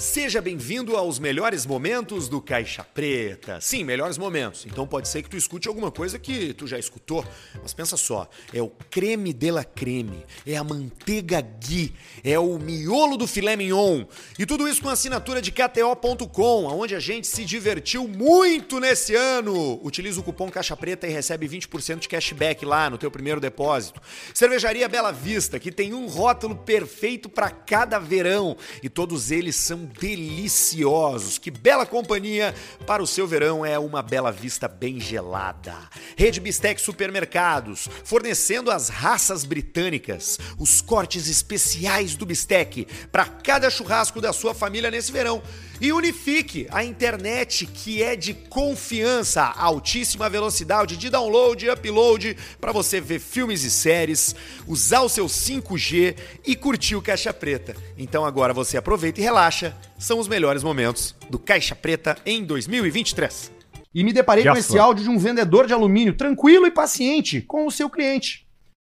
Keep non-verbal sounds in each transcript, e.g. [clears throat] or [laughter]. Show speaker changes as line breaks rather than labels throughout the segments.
Seja bem-vindo aos melhores momentos do Caixa Preta. Sim, melhores momentos. Então pode ser que tu escute alguma coisa que tu já escutou, mas pensa só, é o creme de la creme, é a manteiga ghee, é o miolo do filé mignon. E tudo isso com a assinatura de kto.com, aonde a gente se divertiu muito nesse ano. Utiliza o cupom Caixa Preta e recebe 20% de cashback lá no teu primeiro depósito. Cervejaria Bela Vista, que tem um rótulo perfeito para cada verão e todos eles são deliciosos. Que bela companhia para o seu verão é uma Bela Vista bem gelada. Rede Bistec Supermercados, fornecendo as raças britânicas, os cortes especiais do bistec para cada churrasco da sua família nesse verão. E Unifique, a internet que é de confiança, altíssima velocidade de download e upload para você ver filmes e séries, usar o seu 5G e curtir o Caixa Preta. Então agora você aproveita e relaxa, são os melhores momentos do Caixa Preta em 2023.
E me deparei
Já
com esse
foi.
áudio de um vendedor de alumínio tranquilo e paciente com o seu cliente.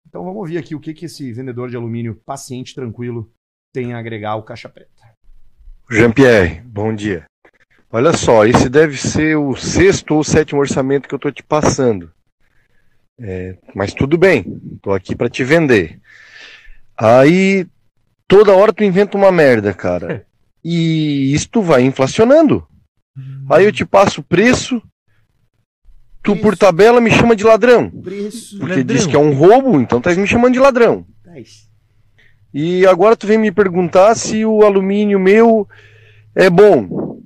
Então vamos ouvir aqui o que, que esse vendedor de alumínio paciente tranquilo tem a agregar ao Caixa Preta.
Jean-Pierre, bom dia. Olha só, esse deve ser o sexto ou sétimo orçamento que eu estou te passando. É, mas tudo bem, estou aqui para te vender. Aí, toda hora tu inventa uma merda,
[laughs]
cara. E isto vai inflacionando. Aí eu te passo o preço, tu por
Preço.
tabela me chama de ladrão.
Preço.
Porque diz que é um roubo, então tá me chamando de ladrão. E agora tu vem me perguntar se o alumínio meu é bom.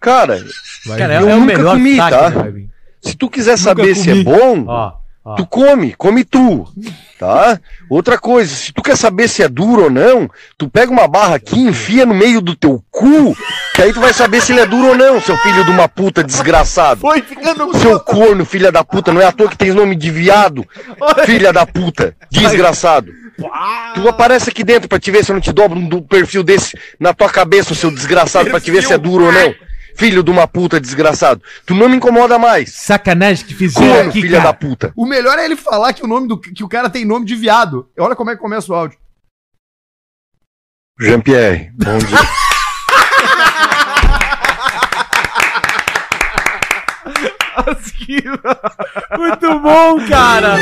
Cara,
Vai
Cara,
vir.
é,
Eu
é o
nunca
melhor
comi,
saque,
tá?
né, vai vir.
se tu quiser saber se é
comi.
bom,
Ó, ó.
tu come, come tu, tá? Outra coisa, se tu quer saber se é duro ou não, tu pega uma barra aqui, enfia no meio do teu cu, que aí tu vai saber se ele é duro ou não, seu filho de uma puta desgraçado.
Foi ficando
Seu corno, filha da puta, não é à toa que tens nome de viado, filha da puta, desgraçado. Tu aparece aqui dentro pra te ver se eu não te dobro um do- perfil desse na tua cabeça, seu desgraçado, pra te ver se é duro ou não. Filho de uma puta, desgraçado. Tu não me incomoda mais.
Sacanagem que fizeram
Corno,
aqui,
filha
cara.
da puta.
O melhor é ele falar que o nome do que o cara tem nome de viado. Olha como é que começa o áudio.
Jean-Pierre, bom dia.
[laughs] Muito bom, cara!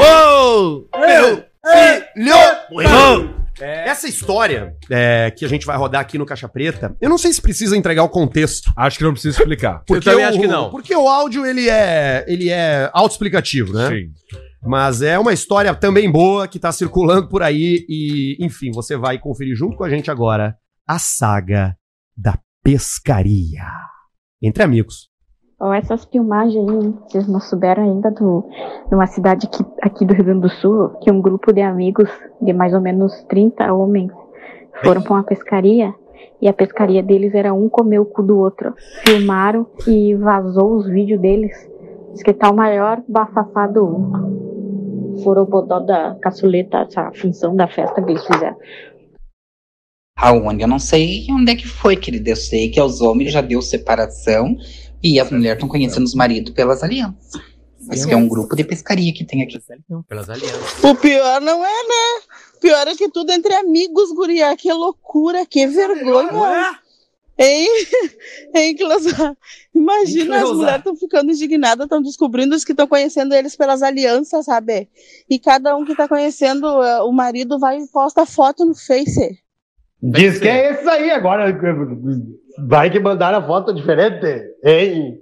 Oh, meu filho! Essa história é, que a gente vai rodar aqui no Caixa Preta, eu não sei se precisa entregar o contexto.
Acho que não
[laughs]
precisa explicar.
Porque
também
o,
acho que não.
Porque o áudio ele é, ele é autoexplicativo, né?
Sim.
Mas é uma história também boa que tá circulando por aí e, enfim, você vai conferir junto com a gente agora a saga da pescaria. Entre amigos.
Ó, Então, essas filmagens aí, hein? vocês não souberam ainda do, de uma cidade aqui, aqui do Rio Grande do Sul, que um grupo de amigos, de mais ou menos 30 homens, foram pra uma pescaria, e a pescaria deles era um comer o cu do outro. Filmaram e vazou os vídeos deles. Diz que tá o maior bafafá do forobodó da caçuleta, essa função da festa que eles fizeram.
Aonde? Eu não sei onde é que foi, querida. Eu sei que aos homens já deu separação e as mulheres estão conhecendo os maridos pelas alianças. Acho que é um grupo de pescaria que tem aqui.
Pelas alianças.
O pior não é, né? O pior é que tudo entre amigos, guria. Que loucura, que vergonha. Hein, [laughs] hein Closar? Imagina, as mulheres estão ficando indignadas, estão descobrindo os que estão conhecendo eles pelas alianças, sabe? E cada um que está conhecendo eh, o marido vai e posta foto no Face.
Diz que é esse aí agora. Vai que mandaram a foto diferente. Hein?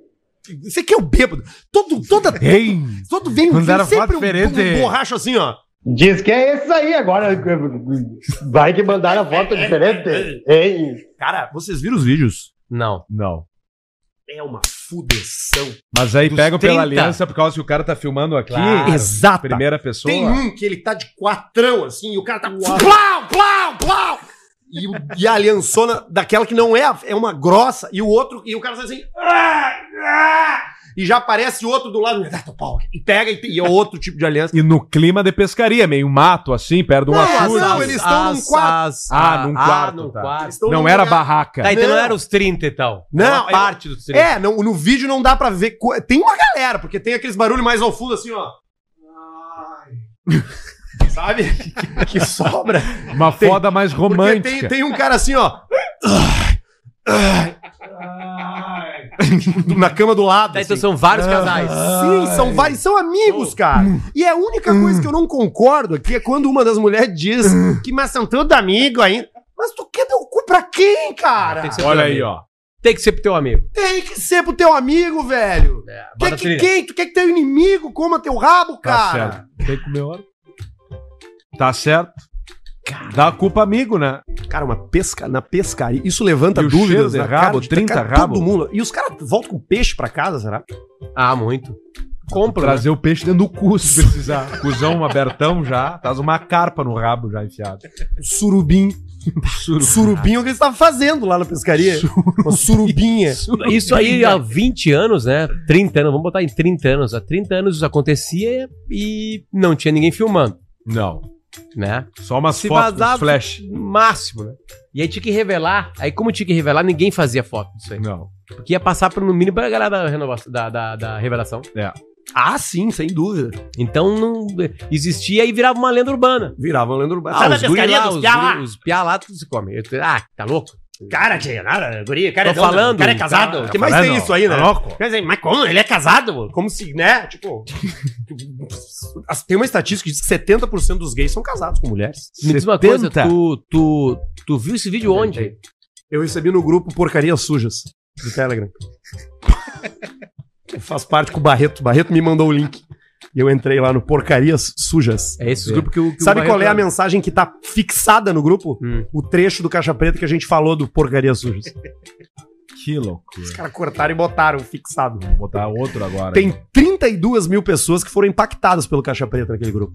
Você que é o bêbado. Todo, toda,
Ei,
todo vem,
Mandaram foto
vem
diferente.
sempre um, um borracho assim, ó.
Diz que é esse aí agora. Vai que mandaram a foto diferente. Hein?
Cara, vocês viram os vídeos?
É Não.
não.
É uma fudeção.
Mas aí
Dos
pegam
30.
pela aliança por causa que o cara tá filmando aqui.
Claro.
Exata.
Primeira pessoa.
Tem um que ele tá de quatrão, assim, e o cara tá. Plau, plau, plau! E, o- e a aliançona daquela que não é, a- é uma grossa, e o outro, e o cara sai assim. "Ah, ah", e já aparece o outro do lado, "Ah, tô pau", e pega, e, e é outro tipo de aliança.
E no clima de pescaria, meio mato assim, perto de um
Não,
açude.
não, eles estão num quarto.
Ah, num quarto,
num
tá.
quarto.
estão
Não
num
era
lugar-
barraca.
Tá, então não.
Não.
era os 30 e tal.
Não,
Era uma
eu-
parte dos 30.
É, não, no vídeo não dá pra ver. co- [laughs] Tem uma galera, porque tem aqueles barulhos mais ao fundo, assim, ó. Ai.
sabe? que sobra.
Uma
Tem-
foda mais
Porque
romântica.
tem, tem um cara assim, ó. Na cama do lado.
Tá, então
assim.
são vários casais.
Sim, são vários, são amigos, cara. E a única coisa que eu não concordo aqui é quando uma das mulheres diz que mas são todos amigos ainda. Mas tu quer dar o cu pra quem, cara?
Tem que ser
Olha
teu
aí,
amigo.
ó.
Tem que ser pro teu amigo.
Tem que ser pro teu amigo, velho.
Bota
Quer
a
que
trilha.
quem? Tu quer que teu inimigo coma teu
Tá
rabo, cara?
certo. Tem que comer hora. Tá certo. Dá a culpa amigo, né?
Cara, uma pesca na pescaria. Isso levanta
E o cheiro
dúvidas,
de
né,
rabo,
de
30
cara,
rabo.
Todo mundo. E os caras voltam com peixe pra casa, será?
Ah, muito. Compra. né?
Trazer o peixe dentro do cu, se precisar. Cusão um abertão já. Traz uma carpa no rabo já enfiado.
Surubim. Surubim. Surubim é o que eles estavam fazendo lá na pescaria. Uma surubinha.
Isso aí
[laughs]
há 20 anos, né? 30 anos, vamos botar em 30 anos. Há 30 anos isso acontecia e não tinha ninguém filmando,
Não.
né?
Só umas
Se
fotos
vazar-
dos flash.
Máximo, né? E aí tinha que revelar. Aí como tinha que revelar, ninguém fazia foto disso aí.
Não.
Porque ia passar pro, no mínimo pra galera da, renovação, da, da, da revelação.
É.
Ah, sim, sem dúvida.
Então não existia e virava uma lenda urbana.
Viravam lendo urbana.
Ah,
os guri lá, os piá lá. Os piá lá, tudo se come. Eu te- ah, tá louco?
Cara, tinha nada, guria, cara
Tô falando,
cara é
cara.
casado.
O que mais tem isso aí, né?
Quer dizer, mas como? Ele é casado?
Como se, né? Tipo. [laughs] as- tem uma estatística que diz que 70% dos gays são casados com mulheres.
tá? Me diz uma coisa,
70?
tu, tu, tu viu esse vídeo onde?
Eu recebi no grupo Porcarias Sujas do Telegram. Que Faz parte com o Barreto. O Barreto me mandou o link. E eu entrei lá no Porcarias Sujas.
É esse grupo que o. que o
Sabe qual é a
Barreto-
mensagem que tá fixada no grupo?
Hum.
O trecho do Caixa Preta que a gente falou do Porcarias Sujas.
Que loucura.
Os caras cortaram e botaram fixado.
Vou botar outro agora.
Tem 32 mil pessoas que foram impactadas pelo Caixa Preta naquele grupo.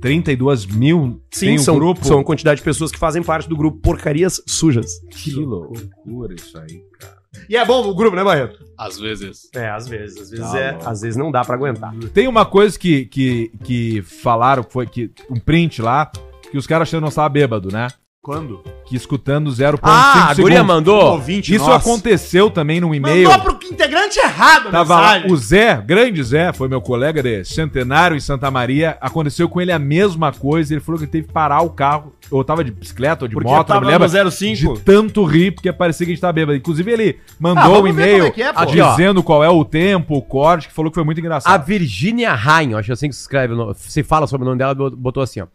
32 mil.
Sim,
tem um
são,
grupo.
são a quantidade de pessoas que fazem parte do grupo Porcarias Sujas.
Que loucura isso aí.
E é bom o grupo, né, Barreto?
Às vezes.
É, às vezes. Às vezes
Tá
é.
bom.
Às vezes não dá pra aguentar.
Tem uma coisa que, que, que falaram, foi que um print lá, que os caras achando que não estava bêbado, né?
Quando?
Que escutando 0.5
Ah, a guria
segundos.
mandou.
Ouvinte,
Isso aconteceu também num e-mail.
Mandou pro integrante errado, a
Tava lá,
mensagem.
o Zé, grande Zé, foi meu colega de centenário em Santa Maria. Aconteceu com ele a mesma coisa. Ele falou que teve que parar o carro. Ou tava de bicicleta ou de
Porque
moto, não me
tava no
lembra?
05.
De tanto rir, porque parecia que a gente tá bêbado. Inclusive, ele
Ah,
mandou
vamos
um
ver
e-mail
como é que é, pô.
aqui, ó, dizendo qual é o tempo, o corte, que falou que foi muito
A
engraçado.
Virginia Rain, acho que é assim que se escreve, o nome- se fala sobre o nome dela, botou assim, ó.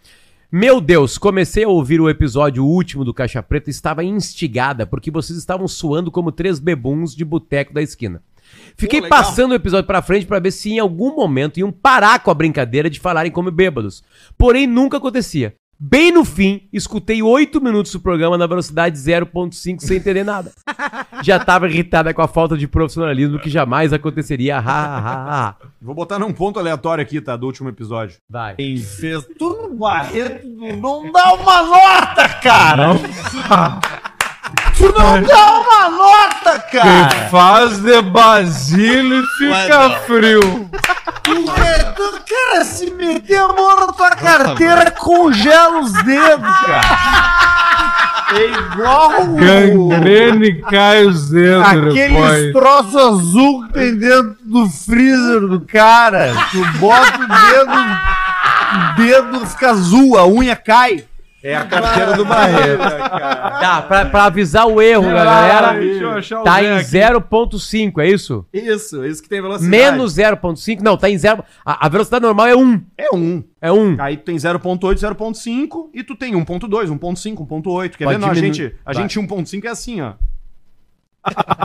Meu Deus, comecei a ouvir o episódio último do Caixa Preta e estava instigada porque vocês estavam suando como três bebuns de boteco da esquina. Fiquei
Pô, legal.
passando o episódio pra frente pra ver se em algum momento iam parar com a brincadeira de falarem como bêbados. Porém, nunca acontecia. Bem no fim, escutei oito minutos do programa na velocidade 0.5 sem entender nada.
[laughs]
Já estava irritada com a falta de profissionalismo que jamais aconteceria. Ha, ha, ha, ha.
Vou botar num ponto aleatório aqui, tá? Do último episódio.
Vai.
Quem fez tudo no Barreto não dá uma nota, cara!
Não.
[laughs] tu não dá uma nota, cara!
Quem faz de Basílio fica frio.
Tu, tu, cara, se meter a mão na tua carteira, congela os dedos, cara! É igual o-
Gangrene e cai os dedos
aqueles
depois.
troços azul que tem dentro do freezer do cara. Tu bota o dedo, o dedo fica azul, a unha cai. É a carteira do Barreto.
Tá, pra, pra avisar o erro, galera.
Deixa eu achar o
Tá
Zé
em
aqui.
0.5, é isso?
Isso, isso que tem velocidade.
Menos 0.5? Não, tá em 0. A, a velocidade normal é 1.
É um.
É 1.
Aí tu tem 0.8, 0.5 e tu tem 1.2, 1.5, 1.8. Quer
Pode
ver? Não, a
diminuir.
gente, a
Vai.
gente 1.5 é assim, ó.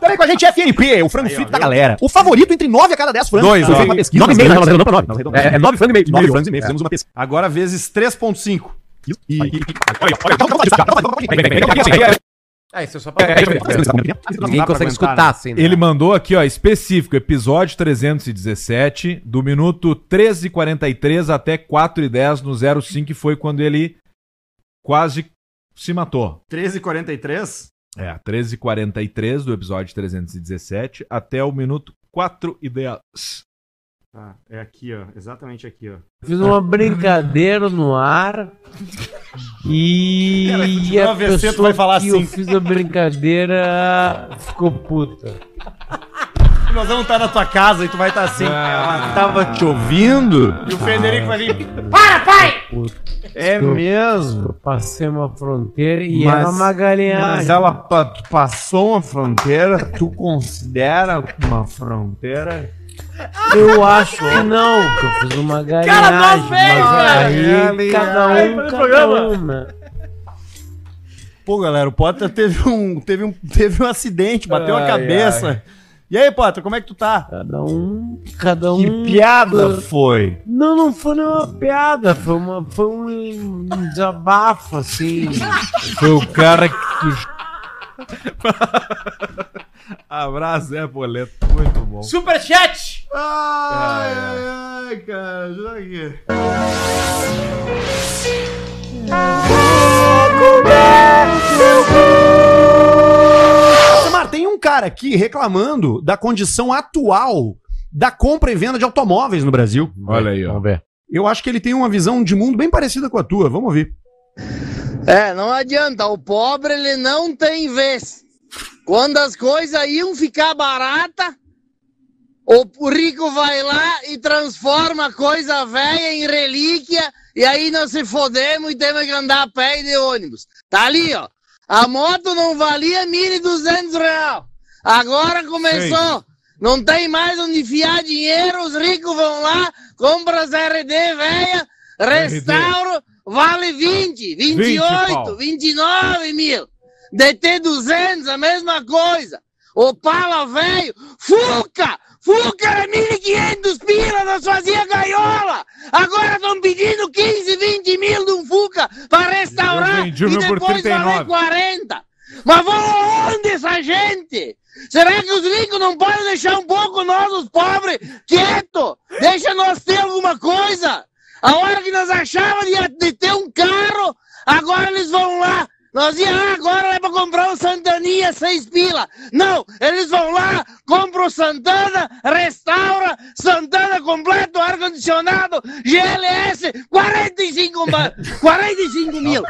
Também com a gente é FNP, o frango frito da galera. O favorito entre 9 a cada 10 frangos.
Dois,
Foi
ó.
feita uma pesquisa. 9
nós
e né?
arredondamos pra 9. É, é 9 frango e meio.
9 frangos e meio, fizemos uma pesquisa. Agora vezes 3.5. E...
É, isso é só pra... Ninguém consegue escutar assim. né?
Ele mandou aqui, ó, específico, episódio 317, do minuto 13h43 até 4h10 no 05, que foi quando ele quase se matou.
13,43?
É, 13h43 do episódio 317 até o minuto 4h10.
Tá, é aqui, ó. Exatamente aqui, ó.
Fiz uma brincadeira no ar. E
Cara,
a
vai
pessoa
continuar, tu vai falar
que
assim.
eu fiz a brincadeira ficou puta.
Nós vamos estar na tua casa e tu vai estar assim.
Ah.
Eu tava Tá te ouvindo.
Vindo?
E o Frederico vai
[laughs]
vir.
É mesmo.
Passei uma fronteira e
Mas-
era uma
Mas
galinhagem.
ela pa- tu passou uma fronteira, tu considera uma fronteira?
Eu acho que não, que eu fiz uma galinhagem. mas aí
velho!
cada
Aí,
um,
faz o
cada
programa.
um, né?
Pô, galera, o Potter teve um, teve um, teve um acidente, bateu a
Ai,
cabeça. E aí, Potter, como é que tu tá?
Cada um, cada um.
Que piada foi?
Não, não foi nenhuma piada, foi, uma, foi um desabafo, assim.
Foi o cara que tu... [laughs] Abraço, é boleto. Muito bom.
Superchat! É,
Ai, ai, ai, cara, joga aqui.
Samar, tem um cara aqui reclamando da condição atual da compra e venda de automóveis no Brasil.
Olha aí, ó.
ver.
Eu acho que ele tem uma visão de mundo bem parecida com a tua. Vamos ouvir.
É, não adianta, o pobre ele não tem vez. Quando as coisas iam ficar barata, o rico vai lá e transforma a coisa velha em relíquia e aí nós se fodemos e temos que andar a pé e de ônibus. Tá ali, ó. A moto não valia 1.200 real. Agora começou. Não tem mais onde enfiar dinheiro, os ricos vão lá, compram as RD velha, restauro, vale 20, 28, 29 mil. DT 200, a mesma coisa. Opala velho, Fuca! Fuca era 1.500 pila, nós fazia gaiola! Agora estão pedindo 15, 20 mil de um Fuca para
Eu
restaurar e
vendi o meu por
depois
39.
valer 40! Mas vão aonde essa gente? Será que os ricos não podem deixar um pouco nós, os pobres, quieto? Deixa nós ter alguma coisa! A hora que nós achávamos de, de ter um carro, agora eles vão lá. Nós ia ah, agora é pra comprar um Santaninha seis pila. Não, eles vão lá, compram o Santana, restaura, Santana completo, ar-condicionado, GLS, 45, ba- 45 mil.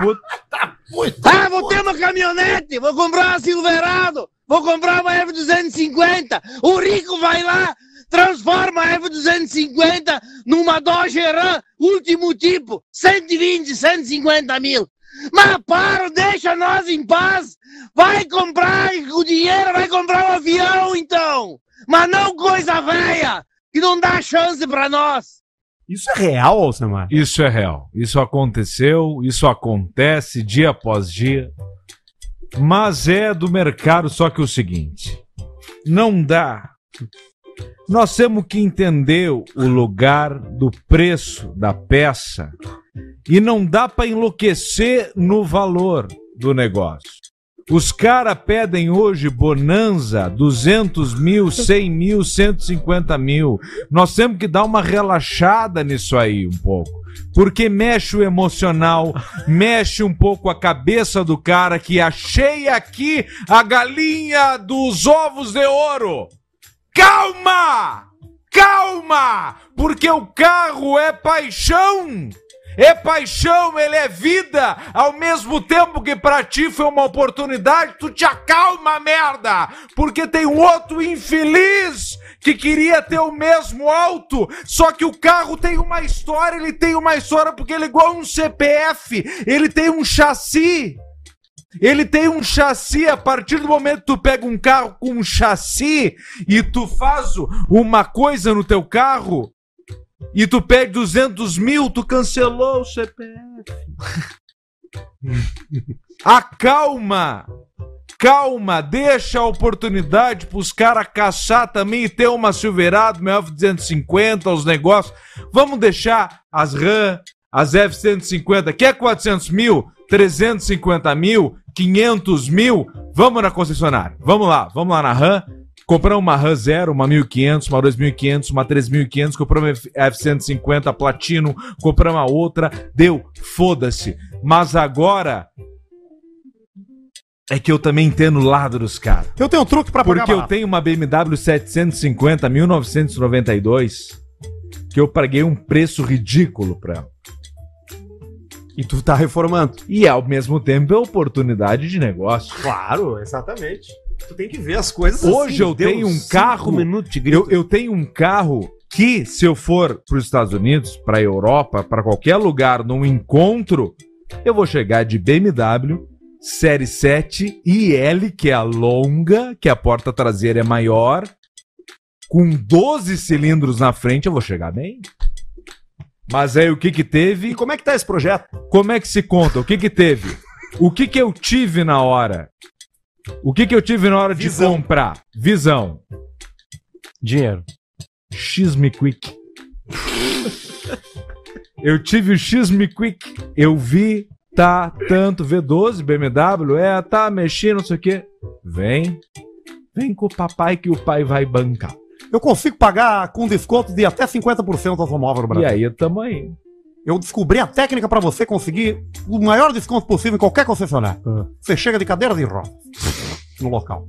Ah, vou ter uma caminhonete, vou comprar uma Silverado, vou comprar uma F-250. O rico vai lá, transforma a F-250 numa Dodge Ram, último tipo, 120, 150 mil. Mas para, deixa nós em paz. Vai comprar o dinheiro, vai comprar um avião então. Mas não coisa velha, que não dá chance pra nós.
Isso é real, Alcemar?
Isso é real. Isso aconteceu, isso acontece dia após dia. Mas é do mercado, só que é o seguinte: não dá. Nós temos que entender o lugar do preço da peça e não dá para enlouquecer no valor do negócio. Os caras pedem hoje bonanza, 200 mil, 100 mil, 150 mil. Nós temos que dar uma relaxada nisso aí um pouco. Porque mexe o emocional, mexe um pouco a cabeça do cara que achei aqui a galinha dos ovos de ouro. Calma! Calma! Porque o carro é paixão! É paixão, ele é vida, ao mesmo tempo que pra ti foi uma oportunidade, tu te acalma, merda! Porque tem um outro infeliz que queria ter o mesmo auto, só que o carro tem uma história, ele tem uma história porque ele é igual um CPF, ele tem um chassi. Ele tem um chassi, a partir do momento que tu pega um carro com um chassi e tu faz uma coisa no teu carro, e tu perde 200 mil, tu cancelou o CPF. Acalma! Calma, deixa a oportunidade pros caras caçar também e ter uma Silverado, uma F-250, os negócios. Vamos deixar as RAM, as F-150, quer 400 mil, 350 mil, 500 mil, vamos na concessionária. Vamos lá, vamos lá na RAM, Compramos uma RAM Zero, uma 1500, uma 2500, uma 3500, compramos uma F- F150 Platino, compramos a outra, deu, foda-se. Mas agora é que eu também entendo o lado dos caras.
Eu tenho um truque pra
Porque eu
barato.
tenho uma BMW 750 1992 que eu paguei um preço ridículo pra ela.
E tu tá reformando.
E ao mesmo tempo é oportunidade de negócio.
Claro, exatamente. Tu tem que ver as coisas assim,
Hoje eu
deu
tenho um
cinco
carro.
minutos de
Eu,
grito.
eu tenho um carro que, se eu for para os Estados Unidos, para a Europa, para qualquer lugar, num encontro, eu vou chegar de BMW Série 7 IL, que é a longa, que a porta traseira é maior, com 12 cilindros na frente, eu vou chegar bem. Mas aí o que que teve?
E como é que tá esse projeto?
Como é que se conta? O que que teve? O que que eu tive na hora? O que que eu tive na hora
Visão.
de comprar? Visão.
Dinheiro.
X-Me Quick. eu tive o X-Me Quick. Eu vi, tá, tanto, V12, BMW, é, tá, mexendo, não sei o quê. Vem. Vem com o papai que o pai vai bancar.
Eu consigo pagar com desconto de até 50% do automóvel no
E
Brasil.
aí, tamo aí.
Eu descobri a técnica pra você conseguir o maior desconto possível em qualquer concessionária.
Ah.
Você chega de cadeira de rodas no local.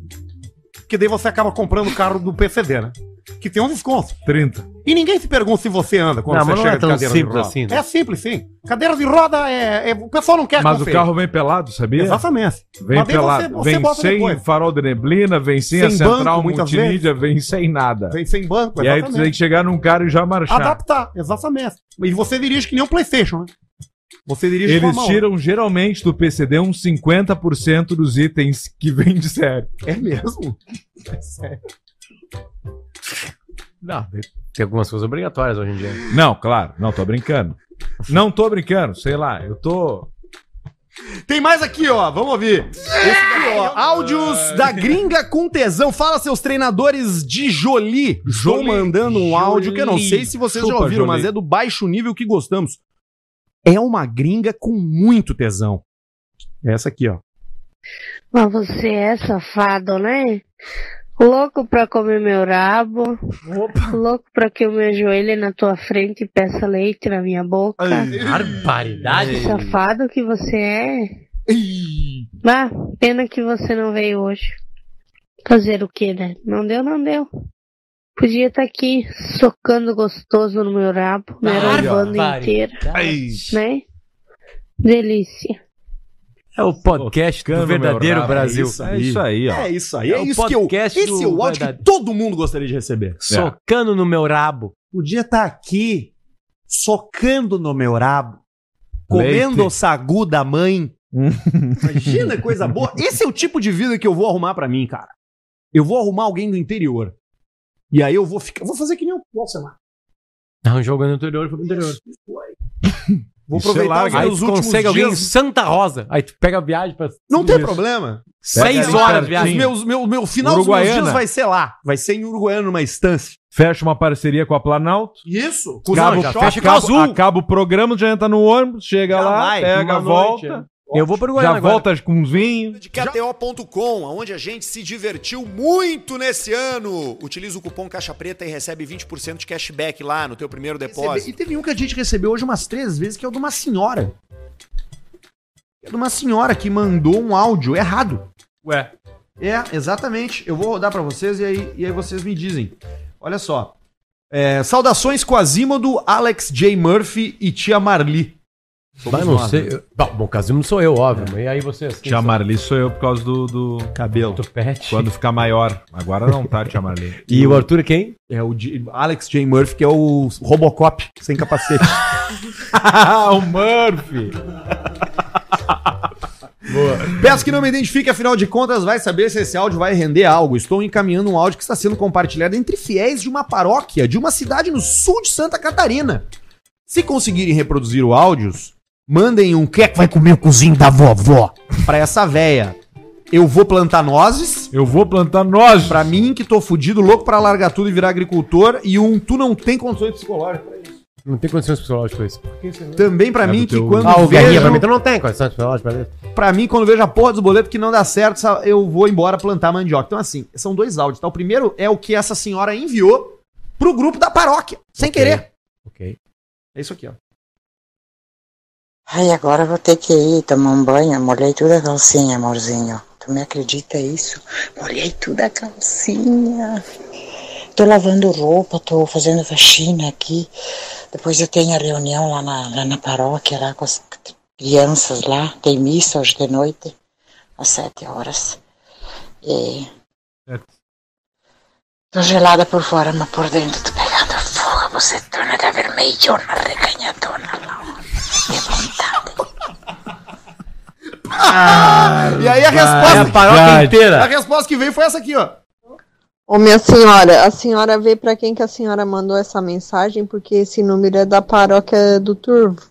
Que daí você acaba comprando o carro do PCD, né? Que tem um desconto.
30.
E ninguém se pergunta se você anda quando
Não,
você
mas não
chega
é tão
de cadeira
simples
de roda.
assim, né?
É simples, sim. Cadeira de roda é. é- o pessoal não quer
Mas o
conferir.
carro vem pelado, sabia?
Exatamente.
Vem
Mas daí
pelado.
você- você
vem
bota
sem
depois.
farol de neblina, vem sem, a
Sem
central
banco, muitas
multimídia, vem sem nada.
Vem sem Ah, banco,
e aí tu tem que chegar num cara e já marchar.
Adaptar, exatamente. E você dirige que nem um PlayStation, né? Você dirige
Eles
mão.
tiram geralmente do PCD uns 50% dos itens que vem de série.
É mesmo?
Tá
É sério.
Não, tem algumas coisas obrigatórias hoje em dia.
Não, claro, não tô brincando. Não tô brincando, sei lá, eu tô.
Tem mais aqui, ó. Vamos ouvir. Esse aqui, ó. Áudios da gringa com tesão. Fala seus treinadores de Jolie. Estão
Jolie,
mandando um áudio que eu não
Jolie.
sei se vocês já
Chupa,
ouviram, mas
Jolie.
é do baixo nível que gostamos. É uma gringa com muito tesão. Essa aqui, ó.
Mas você é safado, né? Louco pra comer meu rabo, louco pra que eu me ajoelhe na tua frente e peça leite na minha boca.
Barbaridade.
Safado que você é. Bah, pena que você não veio hoje. Fazer o que, né? Não deu, não deu. Podia estar aqui socando gostoso no meu rabo, me arrombando inteiro, né? Delícia.
É o podcast do
Socando
verdadeiro
meu rabo,
Brasil.
É isso aí, é isso aí, ó.
É isso aí. É,
É o
isso que eu.
podcast
Esse é
do
o áudio que
Verdade.
todo mundo gostaria de receber.
É. Socando no meu rabo.
Podia estar aqui socando no meu rabo, comendo
Leite.
o sagu
[laughs]
da mãe. Imagina coisa boa. Esse é o tipo de vida que eu vou arrumar pra mim, cara. Eu vou arrumar alguém do interior. E aí eu vou ficar, vou fazer que nem o Bolsonaro.
Não, jogando no interior, foi pro interior.
Vou
Isso é
aproveitar os
larga.
Aí
meus
tu
últimos
consegue
dias.
alguém em Santa Rosa. Aí tu pega a viagem pra.
Não tem
Isso.
problema.
Seis
Pega
horas
ali pertinho.
de
Os
viagem.
meus, meu, meu final dos meus
Uruguaiana.
dias vai ser lá. Vai ser em Uruguaiana, numa estância.
Fecha uma parceria com a Planalto.
Isso?
Acaba,
já
o-
fecha com
acaba-
azul.
acaba o programa, já entra no ônibus, chega
Já
lá,
vai,
pega,
uma
volta.
noite, Eu vou pro
já
Goiânia agora.
volta com uns vinhos.
de KTO.com, onde a gente se divertiu muito nesse ano. Utiliza o cupom Caixa Preta e recebe 20% de cashback lá no teu primeiro depósito.
E teve um que a gente recebeu hoje umas três vezes, que é o de uma senhora. É de uma senhora que mandou um áudio errado.
Ué.
É, exatamente. Eu vou rodar pra vocês e aí, e aí vocês me dizem. Olha só. É, saudações Quasimodo, Alex J. Murphy e tia Marli. né?
Mas não sei. eu- Bom, bom, Casimo sou eu, óbvio. mas E aí você assim.
Tia Marli sou eu por causa do, do
Cabelo.
Tupete.
quando ficar maior. Agora não tá, Tia Marli.
[laughs] E o Arthur é quem?
É o J- Alex J. Murphy, que é o Robocop,
[laughs]
sem capacete. [laughs]
Ah, o Murphy.
Peço que não me identifique, afinal de contas, vai saber se esse áudio vai render algo. Estou encaminhando um áudio que está sendo compartilhado entre fiéis de uma paróquia de uma cidade no sul de Santa Catarina. Se conseguirem reproduzir o áudios, mandem um que é que vai comer o cozinho da vovó pra essa véia. Eu vou plantar nozes.
Eu vou plantar nós.
Pra mim, que tô fudido, louco pra largar tudo e virar agricultor. E um, tu não tem condições psicológicas.
Não tem condições psicológicas pra isso.
Também pra
É
mim,
do
que
teu-
quando
Ah, o Galinha
vejo...
pra mim então não tem condições psicológicas pra isso.
Pra mim, quando eu vejo a porra dos boletos que não dá certo, sa- eu vou embora plantar mandioca. Então, assim, são dois áudios, tá? O primeiro é o que essa senhora enviou pro grupo da paróquia, sem querer.
Ok.
É isso aqui, ó.
Ai, agora eu vou ter que ir tomar um banho. Molhei toda a calcinha, amorzinho. Tu me acredita isso? Molhei toda a calcinha. Tô lavando roupa, tô fazendo faxina aqui. Depois eu tenho a reunião lá na, lá na paróquia, lá com as crianças lá. Tem missa hoje de noite, às sete horas. E Tô gelada por fora, mas por dentro tô pegando fogo. Você torna da vermelhona, reganhadona, Laura. Que vontade.
Ah,
e aí a resposta.
é a paróquia inteira.
A resposta que veio foi essa aqui, ó.
Ô, minha senhora, a senhora vê pra quem que a senhora mandou essa mensagem, porque esse número é da paróquia do Turvo.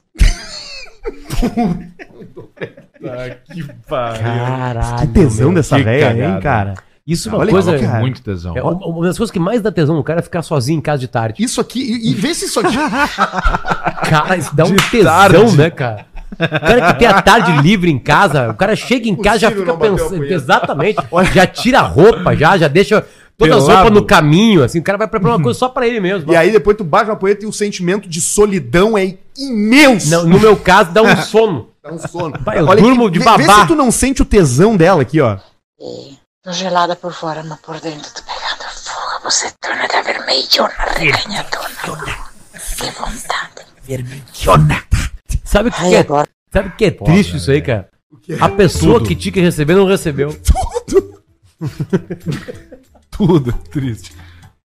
que pariu.
Ah, Caralho.
Que tesão dessa véia, hein, cara?
Isso é uma
Olha,
coisa.
coloca
é-
muito tesão.
É, uma uma das coisas que mais dá tesão no cara é ficar sozinho em casa de tarde.
Isso aqui, e, e vê
[laughs]
se isso aqui.
Cara, isso dá um
De
tesão,
tarde.
né, cara? O cara que tem a tarde livre em casa, o cara chega em casa já
tiro
fica
não bateu a
pensando.
punheta.
Exatamente. Já tira a roupa, já, já deixa todas as
Pelado.
roupas no caminho, assim. O cara vai preparar uma coisa só pra ele mesmo.
E aí depois tu baixa uma poeta e o sentimento de solidão é imenso.
Não, no meu caso,
[laughs]
dá um sono.
Dá um sono.
Vai, eu durmo de
vê- Vê
babá.
se tu não sente o tesão dela aqui, ó.
Tô gelada por fora, mas por dentro tô pegando fogo. Você torna da vermelhona, reganhadona, Laura. Que vontade.
Vermelhona. Sabe o que,
Ai,
que é?
agora-
Sabe o que é triste isso
né?
aí, cara? A pessoa que tinha que receber não recebeu. [laughs]
Tudo triste.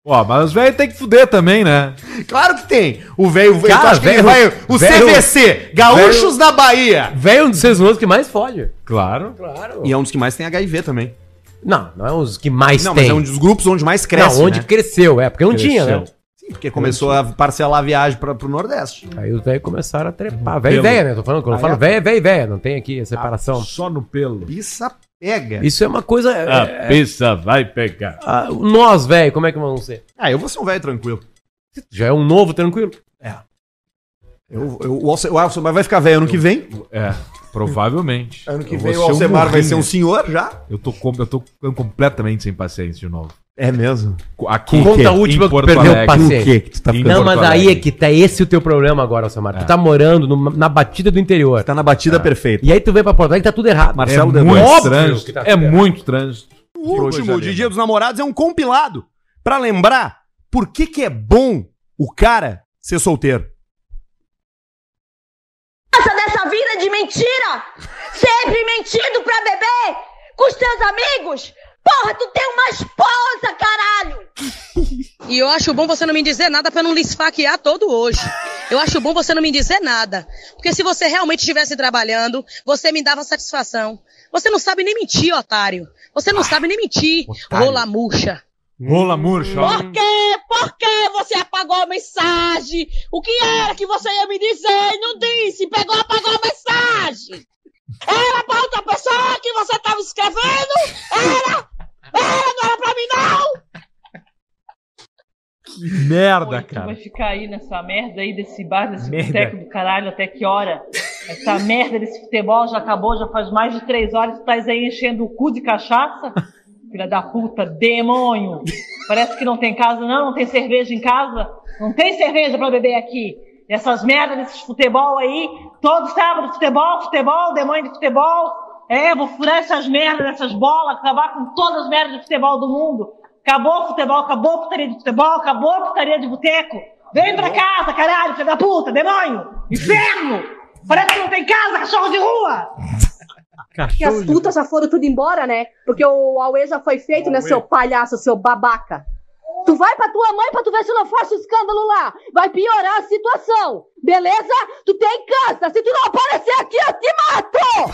Ó, mas os velhos tem que fuder também, né?
Claro que tem. O velho.
Cara,
tu acha que ele
velho-
vai- O
velho-
CVC, Gaúchos da Bahia.
Velho é um dos seres humanos que mais foge.
Claro.
Claro.
E é um dos que mais tem HIV também.
Não, não é um dos que mais
não,
tem.
mas é um dos grupos onde mais cresce.
não, onde
né?
cresceu, é, porque não tinha, né?
Cresceu. Sim, porque começou a parcelar a viagem pra, pro Nordeste.
Aí os velhos começaram a
Uhum.
trepar. Velho e
Pelo.
velha, né? Tô falando, quando eu
Ah,
falo
é?
velho, é velho e velha. Não tem aqui a separação.
Ah, Só no pelo.
Pissa pega.
Isso é uma coisa. é-
A pizza vai pegar.
ah, nós, velho, como é que vão ser?
Ah, eu vou ser um velho tranquilo. É.
Já é um novo, tranquilo.
Eu, eu, o Alce- o Alcemar vai ficar velho ano que vem.
É, provavelmente.
Ano que
Eu
vem o
vou ser um
Alcemar vai
burrinho.
ser um senhor já.
Eu tô, com- eu tô ficando completamente sem paciência de novo.
É mesmo?
Co- Aqui é
Conta
em
a última que
Porto
perdeu
Alegre.
o passeio.
tá Em
tá
Porto
não, mas aí é
Alegre. É.
que tá esse o teu problema agora, Samar. Tu tá morando numa- na batida do interior.
Tá na batida perfeita.
E aí tu vem pra Porto Alegre e tá tudo errado.
É
Marcelo
muito
Dedois.
Óbvio
trânsito.
que tá
é
tudo errado.
muito trânsito.
O último
Coisa
de
linda.
Dia dos Namorados é um compilado pra lembrar por que que é bom o cara ser solteiro.
Essa dessa vida de mentira! Sempre mentindo pra beber! Com os teus amigos! Porra, tu tem uma esposa, caralho!
E eu acho bom você não me dizer nada pra não lhe esfaquear todo hoje. Eu acho bom você não me dizer nada. Porque se você realmente estivesse trabalhando, você me dava satisfação. Você não sabe nem mentir, otário. Você não sabe nem mentir,
otário.
rola murcha.
Rola murcha. ó.
Por quê? É Por que você apagou a mensagem? O que era que você ia me dizer e não disse? Pegou, apagou a mensagem! Era pra outra pessoa que você tava escrevendo? Era! Era, não era pra mim, não!
Que merda, cara.
ficar aí nessa merda aí desse bar, desse
Merda.
boteco do caralho, até que hora? Essa merda desse futebol já acabou, já faz mais de três horas, tu estás aí enchendo o cu de cachaça? Filha da puta, demônio! Parece que não tem casa, não? Não tem cerveja em casa? Não tem cerveja pra beber aqui! E essas merdas desses futebol aí, todo sábado futebol, futebol, demônio de futebol. É, vou furar essas merdas, essas bolas, acabar com todas as merdas de futebol do mundo. Acabou o futebol, acabou a putaria de futebol, acabou a putaria de boteco. Vem pra casa, caralho, filho da puta, demônio! Inferno! Parece que não tem casa, cachorro de rua!
Que as putas já foram tudo embora, né? Porque o Aue já foi feito, né, seu palhaço, seu babaca? Tu vai pra tua mãe pra tu ver se não faz escândalo lá. Vai piorar a situação, beleza? Tu tem câncer. Se tu não aparecer aqui, eu te mato!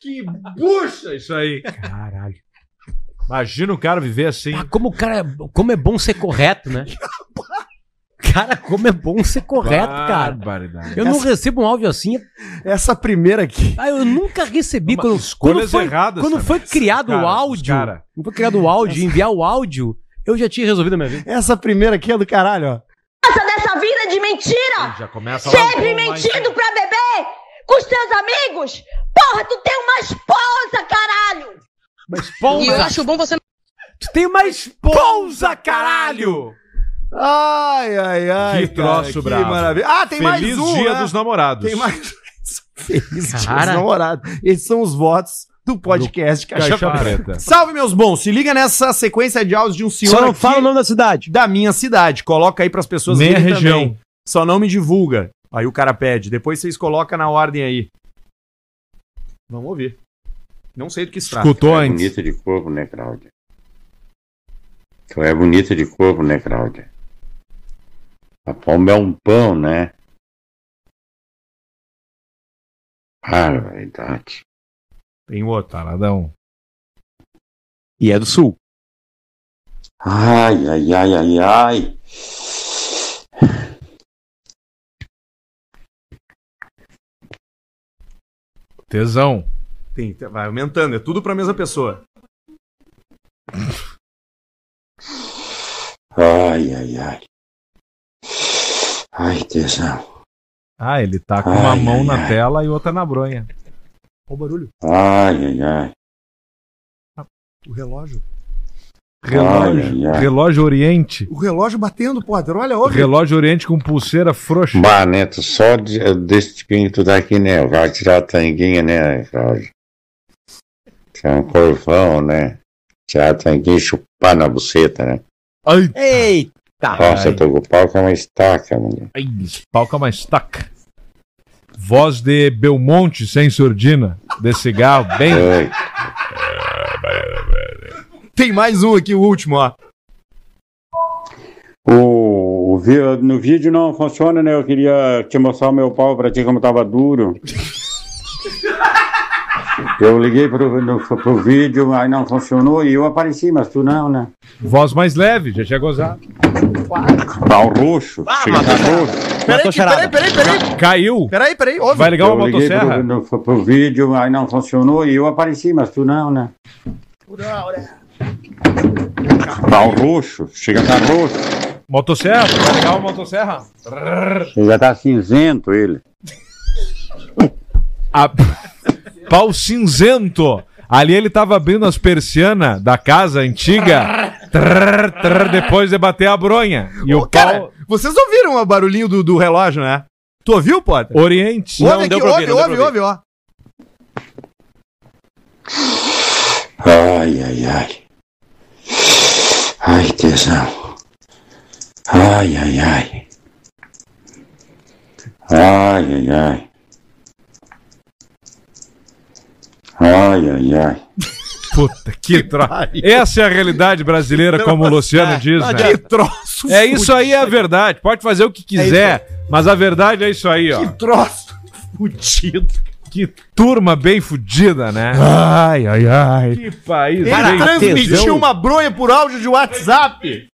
Que bucha isso aí.
Caralho.
Imagina o cara viver assim.
Ah, Como o cara. Como é bom ser correto,
[laughs]
né? Cara, como é bom ser correto,
Ah,
cara.
Barbaridade.
Eu não recebo um áudio assim.
Essa primeira aqui.
Ah, eu nunca recebi quando,
escolhas
quando foi,
erradas,
Quando
sabe?
foi criado
Cara,
o
os
áudio,
cara.
quando foi criado o áudio, enviar o áudio, eu já tinha resolvido a minha vida.
Essa primeira aqui é do caralho, ó.
Essa dessa vida de mentira!
Já começa lá.
Sempre mentindo pra beber! Com os teus amigos! Porra, tu tem uma esposa, caralho!
[laughs]
Mas
E eu
[laughs]
acho bom você não
Tu tem mais pousa,
caralho!
Ai, ai, ai.
que troço
que
bravo.
maravilha. Ah, tem
Feliz
mais um.
Dia
né?
dos Namorados.
Tem mais. Feliz Dia
Cara.
dos Namorados. Esses são os votos do podcast Caixa,
Caixa
Preta.
Preta.
Salve, meus bons. Se liga nessa sequência de áudios de um senhor.
Só não
fala o nome da cidade. Da minha cidade. Coloca aí pras pessoas
Nem a
verem
região.
também. Só não me divulga. Aí o cara pede. Depois vocês colocam na ordem aí. Vamos ouvir. Não sei do que se trata. Tá
Escutou é bonita de corpo, né, Cláudia? Tu é bonita de corpo, né, Cláudia? A pomba é um pão, né? Barbaridade.
Tem outro, taradão.
E é do sul. Ai, ai, ai, ai, ai.
Tesão.
Tem, tá- vai aumentando, é tudo pra mesma pessoa.
Ai, ai, ai. Ai, tesão.
Ah, ele tá com uma
Ai,
mão
ai,
na
ai.
tela e outra na bronha. Olha o barulho.
Ai, ai, ai.
O relógio.
Relógio.
Ai, ai, ai.
Relógio Oriente.
O relógio batendo, Potter. Olha, olha.
Relógio Oriente com pulseira frouxa.
Bah, Neto, só de, desse pinto daqui, né? Vai tirar a tanguinha, né, Cláudio? Que é um corvão, né? Tirar a tanguinha e chupar na buceta, né?
Eita!
Nossa, eu tô com o pau que é uma estaca, mulher.
Ai, palca mais taca. Voz de Belmonte sem surdina. De cigarro, bem.
Tem mais um aqui, o último, ó.
O, o vi- no vídeo não funciona, né? Eu queria te mostrar o meu pau pra ti como tava duro. Eu liguei pro, no- pro vídeo, aí não funcionou e eu apareci, mas tu não, né?
Voz mais leve, já tinha gozado.
Pau roxo. chega a dar roxo.
Ah, Peraí, peraí, peraí, peraí.
Caiu.
Peraí, peraí, ouve.
eu liguei pro, no- pro vídeo, aí não funcionou e eu apareci, mas tu não, né? Pau roxo, chega a dar roxo.
Motosserra, vai ligar o motosserra.
Já tá cinzento ele.
[laughs] A- Pau cinzento. Ali ele tava abrindo as persianas da casa antiga. Trrr, trrr, depois de bater a bronha. E o pau.
Vocês ouviram o barulhinho do, do relógio, né? Tu ouviu, Potter?
Oriente.
Ouve aqui, ouve, ouve, ouve, ó.
Ai, ai, ai. Ai, tesão. Ai, ai, ai. Ai, ai, ai. Ai, ai, ai.
Puta, que troço. Essa é a realidade brasileira, como o Luciano diz, né?
Que troço.
É isso aí, é a verdade. Pode fazer o que quiser, mas a verdade é isso aí, ó. Que
troço fudido.
Que turma bem fudida, né?
Ai, ai, ai.
Que país
Ele
bem
transmitiu
tesão.
uma bronha por áudio de WhatsApp.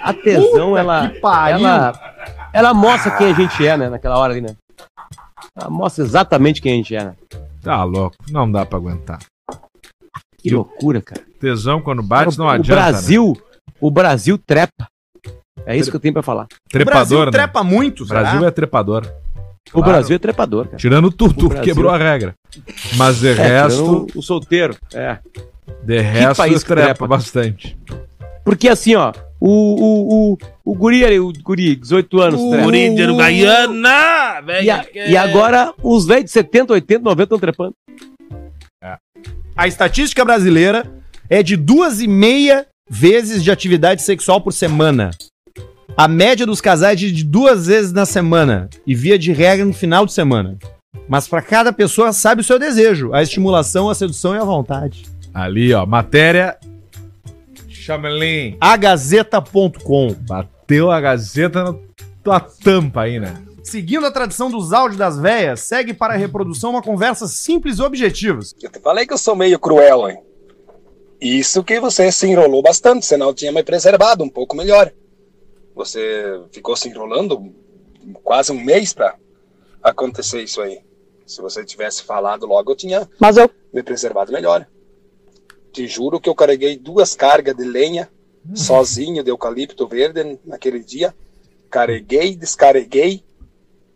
A tesão, ela,
que pariu.
ela. Ela mostra quem a gente é, né? Naquela hora ali, né? Ela mostra exatamente quem a gente é, né?
Tá louco, não dá pra aguentar.
Que loucura, cara.
Tesão quando bate não adianta. né?
o Brasil, o Brasil trepa. É isso que eu tenho pra falar.
né? trepador, né? O Brasil é trepador.
O
Claro.
Brasil é trepador, cara.
Tirando o Tutu,
O Brasil-
quebrou a regra. Mas de
É,
resto,
tirando O solteiro, é.
de resto
país que
trepa,
trepa?
bastante.
Porque assim, ó, o, o, o, o guri ali, o guri, 18 anos.
O
trepa.
guri de Uruguaiana, velho,
E, a-
que- é
e agora os velhos de 70, 80, 90 estão trepando.
É. A estatística brasileira é de duas e meia vezes de atividade sexual por semana. A média dos casais é de duas vezes na semana e via de regra no final de semana. Mas pra cada pessoa sabe o seu desejo, a estimulação, a sedução e a vontade.
Ali, ó, matéria. Chamelin.
Agazeta.com.
Bateu a Gazeta na tua tampa aí, né?
Seguindo a tradição dos áudios das véias, segue para a reprodução uma conversa simples e objetivos.
Falei que eu sou meio cruel, hein? Isso que você se enrolou bastante, você não tinha me preservado um pouco melhor. Você ficou se enrolando quase um mês pra acontecer isso aí. Se você tivesse falado logo, eu tinha
Mas eu.
me preservado melhor. Te juro que eu carreguei duas cargas de lenha
Hum.
sozinho de eucalipto verde naquele dia. Carreguei, descarreguei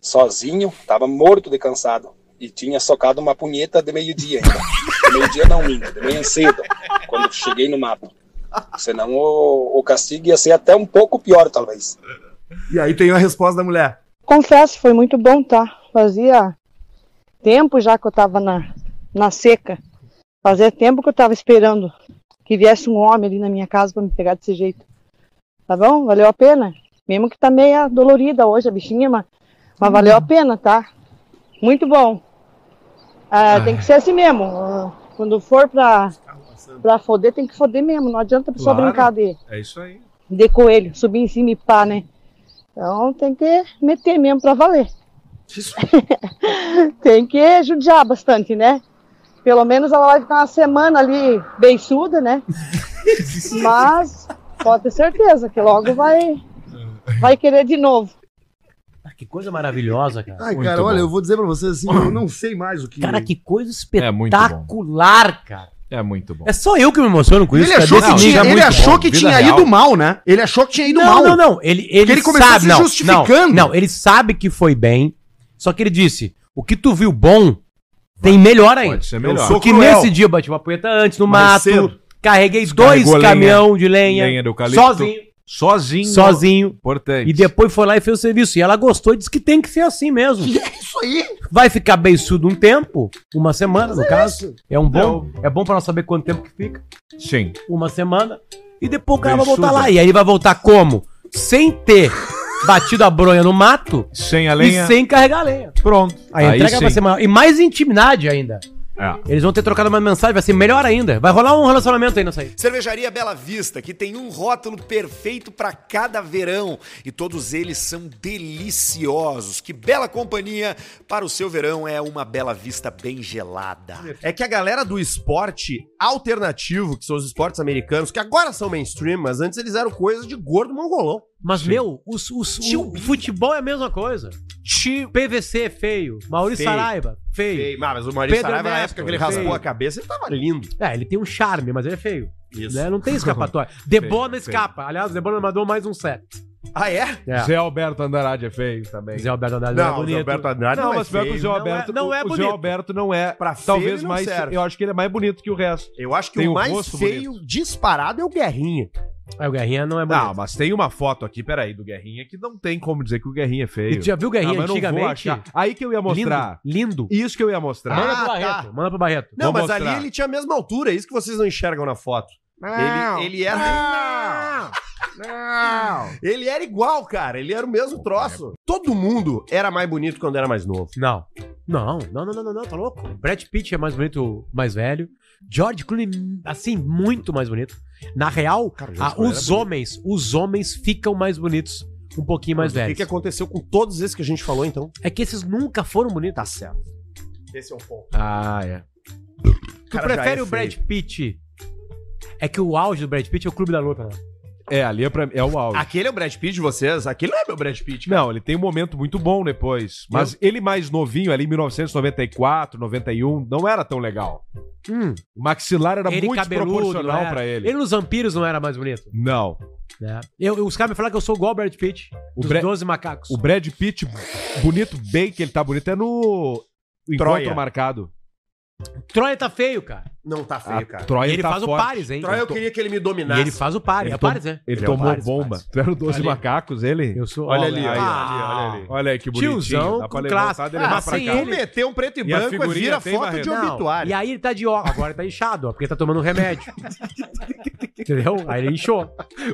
sozinho, tava morto de cansado e tinha socado uma punheta de meio-dia ainda. De meio-dia não, minha, de manhã cedo, quando cheguei no mapa. Senão o, o castigo ia ser até um pouco pior, talvez.
E aí tem a resposta da mulher.
Confesso, foi muito bom, tá? Fazia tempo já que eu tava na, na seca. Fazia tempo que eu tava esperando que viesse um homem ali na minha casa pra me pegar desse jeito. Tá bom? Valeu a pena. Mesmo que tá meio dolorida hoje a bichinha, mas, mas valeu a pena, tá? Muito bom. Ah, Tem que ser assim mesmo. Ah, Quando for pra, pra foder, tem que foder mesmo. Não adianta a pessoa
Claro.
brincar de,
É isso aí.
de coelho, subir em cima e pá, né? Então tem que meter mesmo pra valer. [laughs] tem que judiar bastante, né? Pelo menos ela vai ficar uma semana ali beiçuda, né? Mas pode ter certeza que logo vai, vai querer de novo.
Que coisa maravilhosa, cara.
Ai, cara, olha, eu vou dizer pra vocês assim, eu não sei mais o que.
Cara, que coisa
É muito bom.
espetacular, cara.
É muito bom.
Tá. É só eu que me emociono com isso.
Ele
cara,
achou
desse
que
nível.
tinha,
É
ele
muito
achou
bom.
que
Vida
tinha
real.
ido mal, né? Ele achou que tinha ido
não,
mal.
Não, não, ele, ele,
Porque ele começou
sabe,
a se
não,
justificando.
Não, não, ele sabe que foi bem, só que ele disse, o que tu viu bom, tem melhor ainda.
Pode ser melhor. Eu sou
Porque
cruel.
nesse dia eu bati uma poeta antes, no
Mais
mato,
cedo.
carreguei dois
Carregou lenha,
caminhão de lenha,
lenha do eucalipto.
sozinho.
Sozinho.
Sozinho.
Importante.
E depois foi lá e fez o serviço. E ela gostou e disse que tem que ser assim [laughs] mesmo.
Isso aí.
Vai ficar beiçudo um tempo, uma semana, no caso. É um bom.
Não.
É bom pra nós saber quanto tempo que fica.
Sim.
Uma semana. E depois o cara vai voltar
Beiçuda.
lá. E aí ele vai voltar como? Sem ter batido a bronha no mato.
Sem a lenha.
E sem carregar a lenha.
Pronto.
Aí a
Aí
entrega vai
sim.
ser maior. E mais intimidade ainda.
É.
Eles vão ter trocado uma mensagem, vai ser melhor ainda. Vai rolar um relacionamento aí nessa aí.
Cervejaria Bela Vista, que tem um rótulo perfeito para cada verão e todos eles são deliciosos. Que bela companhia para o seu verão é uma Bela Vista bem gelada.
É que a galera do esporte alternativo, que são os esportes americanos, que agora são mainstream, mas antes eles eram coisa de gordo mongolão.
Mas, meu, os, os, o futebol é a mesma coisa. PVC é feio. Maurício
Feio.
Saraiva, feio.
Feio. Ah, mas o Maurício Saraiva, na
Neto,
época que ele raspou a cabeça, ele tava lindo.
É, ele tem um charme, mas ele é feio. Né? Não tem
[laughs]
escapatória. Debona
Feio,
escapa. Aliás, Debona mandou mais um set.
Ah, é?
Zé Alberto Andrade é feio também.
Zé Alberto Andrade
não,
não é bonito.
Zé Alberto Andrade
Não,
não,
mas
mas
pior
que o Zé Alberto
não é
o- O Zé
bonito.
Alberto não é.
Pra feio
talvez
ele não
mais.
serve.
Eu acho que ele é mais bonito que o resto.
Eu acho que
Tem
o
um
mais
rosto
feio disparado é o Guerrinha.
É, o Guerrinha não é
Não, mas tem uma foto aqui, peraí, do Guerrinha que não tem como dizer que o Guerrinha é feio.
E tu já viu o Guerrinha
Ah, mas eu não vou
antigamente?
achar. Aí que eu ia mostrar.
Lindo.
Isso que eu ia mostrar. Ah, tá.
Manda pro Barreto. Manda pro Barreto.
Não,
Vou
mas ali
mostrar.
ele tinha a mesma altura, é isso que vocês não enxergam na foto.
Não.
Ele, ele
é
era.
assim.
Ele era igual, cara. Ele era o mesmo troço. Todo mundo era mais bonito quando era mais novo.
Não. Não, não, não, não, não, não, tá louco. Brad Pitt é mais bonito, mais velho. George Clooney, assim, muito mais bonito. Na real,
George
ah,
Clooney era
os
bonito.
homens, os homens ficam mais bonitos, um pouquinho mais
Mas O
velhos.
que, que aconteceu com todos esses que a gente falou, então?
É que esses nunca foram bonitos. Tá certo.
Esse é o ponto.
Ah, é.
Tu
Cara, já
prefere
é
o Brad
feio.
Pitt? É que o auge do Brad Pitt é o clube da luta, né?
É, ali é, pra- é o auge.
Aquele é o Brad Pitt de vocês? Aquele não é meu Brad Pitt.
Não, ele tem um momento muito bom depois. Mas ele mais novinho, ali em 1994, 91, não era tão legal. O maxilar era muito
não
proporcional
era?
pra ele.
Ele nos vampiros não era mais bonito.
Não.
Né? Eu, eu- os caras me falaram que eu sou igual o Brad Pitt,
O
dos
Brad-
12 macacos.
O Brad Pitt, bonito bem que ele tá bonito, é no
Troia.
Encontro Marcado.
Troia tá feio, cara.
Não tá
A
feio, cara.
Troia
E ele
tá
faz o
forte.
Paris, hein?
Troia, eu queria que ele me dominasse.
E ele faz o Paris. É
tom-
Paris, né?
Ele
é o
tomou
Paris,
bomba.
Paris.
Tu era o 12
Ali.
macacos, ele?
Eu sou.
Olha
Olha
ali,
ali,
olha
ah,
ali, olha ali. Olha aí que bonitinho.
Tiozão
dá pra
com
levantar,
classe.
delevar
Ah,
pra
sem
cá.
ele.
Meter um preto e
E a
branco é
figurinha
vira
tem,
foto
Barreto?
de
Não,
obituário.
E aí ele tá de óculos. Agora ele tá inchado, ó, porque tá tomando um
[laughs]
remédio. Entendeu? Aí ele inchou.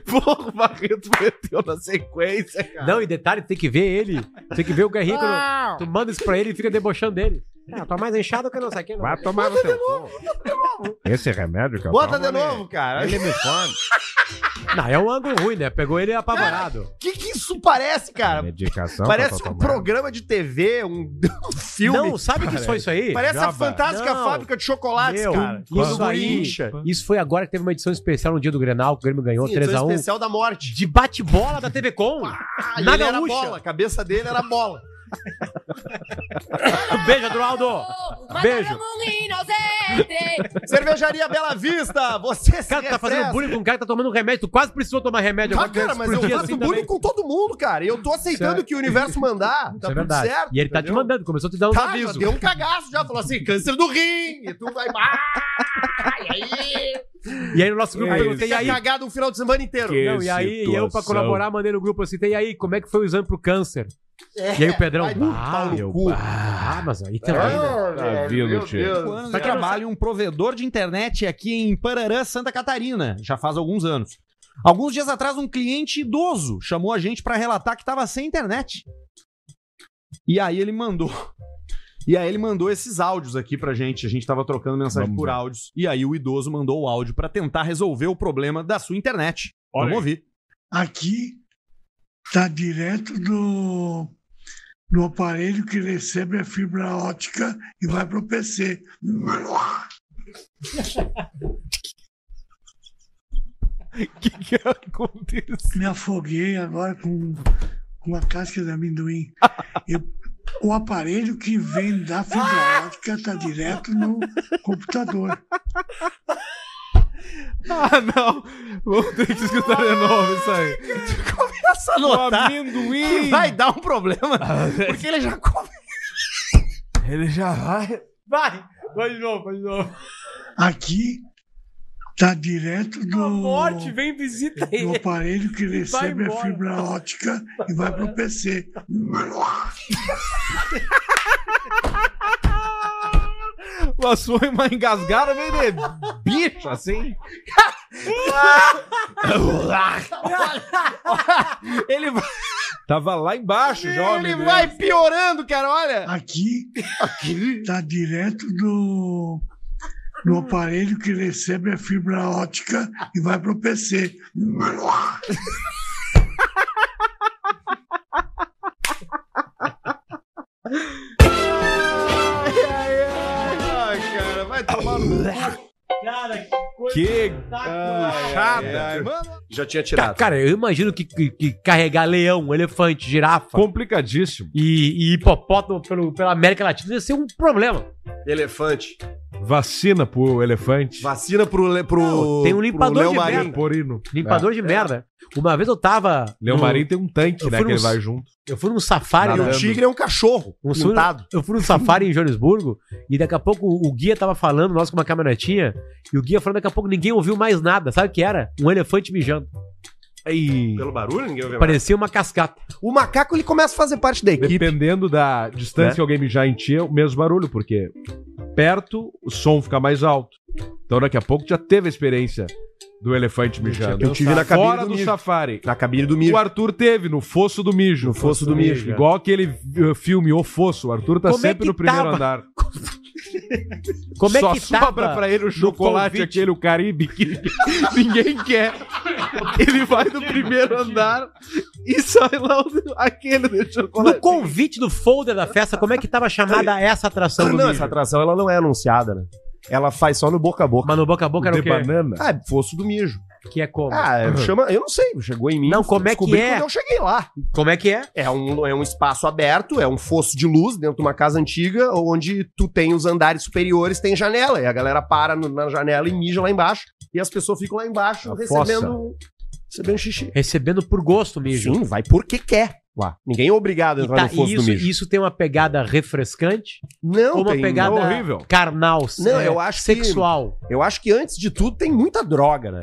Porra, o Barreto meteu na sequência, cara.
Não, e detalhe, tem que ver ele. Tem que ver o Guerrinho. quando tu manda isso pra ele e fica debochando dele. Ah, tá mais inchado que não sei quem. não.
Vai tomar no teu cu. Esse remédio que eu
Bota
tomo,
de novo,
ele- é-
cara.
Ele me come.
Não, é um ângulo ruim, né? Pegou ele apavorado.
O [laughs] que, que isso parece, cara?
é Medicação
Parece um
que eu tô tomando.
programa de TV, um, [laughs] um filme.
Não, sabe o que foi isso aí?
Parece a
Jaba.
fantástica
Não.
fábrica de chocolates,
Meu,
cara.
isso
Quando
aí,
incha.
isso foi agora que teve uma edição especial no dia do Grenal, que o Grêmio ganhou
Sim,
3x1.
edição especial da morte.
De bate-bola da TV Com.
[laughs] Ah,
na
ele era
gaúcha.
bola, a cabeça dele era bola.
[laughs] Beijo, Adroaldo. Beijo.
um
[laughs] Cervejaria Bela Vista, você se
Cara, tu tá fazendo
refresca.
bullying com um cara que tá tomando remédio. Tu quase precisou tomar remédio
Ah, cara, mas eu
explodir
faço bullying
assim também.
com todo mundo, cara. E eu tô aceitando
Isso é-
o que o universo mandar.
Isso
Tá
é
tudo
verdade.
certo.
e ele tá te
entendeu?
mandando, começou a te dar um
Tá, já
aviso.
deu um cagaço já. Falou assim, câncer do rim. E tu vai...
[laughs]
Ah, e aí?
E aí no nosso grupo eu
É
perguntei, e
Fica
aí?
cagado o final de semana inteiro.
Que
Não, e aí eu, pra
situação.
colaborar, mandei no grupo assim, e aí, como é que foi o exame pro câncer? e aí o Pedrão,
É, vai
ah,
pau no
meu,
cu.
ah, mas aí também, né?
Tá
vindo, tio.
anos
Tá
de trabalho, um provedor de internet aqui em Pararã, Santa Catarina, já faz alguns anos. Alguns dias atrás, um cliente idoso chamou a gente para relatar que estava sem internet. E aí ele mandou.
E aí ele mandou esses áudios aqui pra gente. A gente tava trocando mensagem
Vamos
por
ver.
áudios. E aí o idoso mandou o áudio pra tentar resolver o problema da sua internet. Vamos ouvir.
Aqui tá direto do, do aparelho que recebe a fibra ótica e vai
[laughs]
pro PC. O que, que acontece? Me afoguei agora com, com a casca de amendoim. Eu- o aparelho que vem da fibra ótica está direto no computador.
Ah, não. Vamos ter que escutar de novo isso aí.
Começa a notar
amendoim.
que vai dar
[laughs]
um problema. Porque ele já come.
Ah, é. Ele já vai.
Vai, vai de novo, vai de novo. Aqui tá direto do.
morte vem visita
do
ele.
aparelho que
Vai
recebe a
embora.
fibra ótica e vai pro [laughs] PC.
[laughs] Passou uma engasgada meio de bicho, assim.
ele vai...
Tava lá embaixo né? já, o
né?
amendoim.
piorando, cara, olha. Aqui, aqui tá direto do do aparelho que recebe a fibra ótica e vai pro PC.
Ai, cara, vai tomar no cu.
Cara,
Que
puxada.
É. Já tinha
Ca- Cara, eu imagino que, que- que carregar leão, elefante, girafa.
Complicadíssimo.
E, e hipopótamo pelo, pela América Latina ia ser um problema.
Elefante.
Vacina pro elefante.
Vacina pro. le- pro
tem um
pro
limpador
leão
de
marinho.
merda.
Leporino.
Limpador
É.
de merda. Uma vez eu tava.
Leão
no-
Marinho tem um tanque,
eu
né?
fui
Que ele
num-
vai junto.
Eu fui num safari.
Nadando. E o tigre é
um cachorro.
Um fui,
montado.
eu fui num safari em Joanesburgo e daqui a pouco o o guia tava falando, nós com uma caminhonetinha, e o guia falando daqui a pouco ninguém ouviu mais nada. Sabe o que era? Um elefante mijando. Aí.
Pelo barulho, ninguém ouviu
Parecia uma cascata.
O macaco ele começa a fazer parte da equipe.
Dependendo da distância
Né?
que alguém mijar em ti, é o mesmo barulho, porque perto o som fica mais alto. Então daqui a pouco já teve a experiência do elefante mijando.
Eu tive na cabine
Fora do,
mijo.
safari.
Na cabine do
O
mijo.
Arthur teve no Fosso do Mijo. No
Fosso do Mijo, é.
Igual aquele eh, filme O Fosso. O Arthur tá
Como é
sempre
que
no primeiro
tava?
andar.
Como é
Só
que
sobra
tava
pra ele o
no
chocolate,
convite?
aquele, o Caribe, que ninguém quer. Ele vai do primeiro andar e sai lá o- aquele do chocolate.
No convite do folder da festa, como é que tava chamada essa atração? do
Não,
mijo?
essa atração ela não é anunciada, né? Ela faz só no boca a boca.
Mas no boca a boca era
de
o quê?
banana. Ah, é fosso do mijo.
Que é como?
Ah,
Uhum.
chama, eu não sei, chegou em mim. Não,
como é que é?
quando eu cheguei lá.
Como é que é?
É um, é um espaço aberto, é um fosso de luz dentro de uma casa antiga, onde tu tem os andares superiores, tem janela, e a galera para no- na janela e mija lá embaixo, e as pessoas ficam lá embaixo recebendo, recebendo xixi.
Recebendo por gosto mijo.
Sim, vai porque quer. Lá. Ninguém é obrigado a
E
entrar
tá-
no fosso
e
do
isso,
mijo.
isso tem uma pegada refrescante?
Não,
Ou uma
tem-
pegada
é horrível.
carnal,
Não,
é,
eu acho que-
sexual.
eu acho que antes de tudo tem muita droga, né?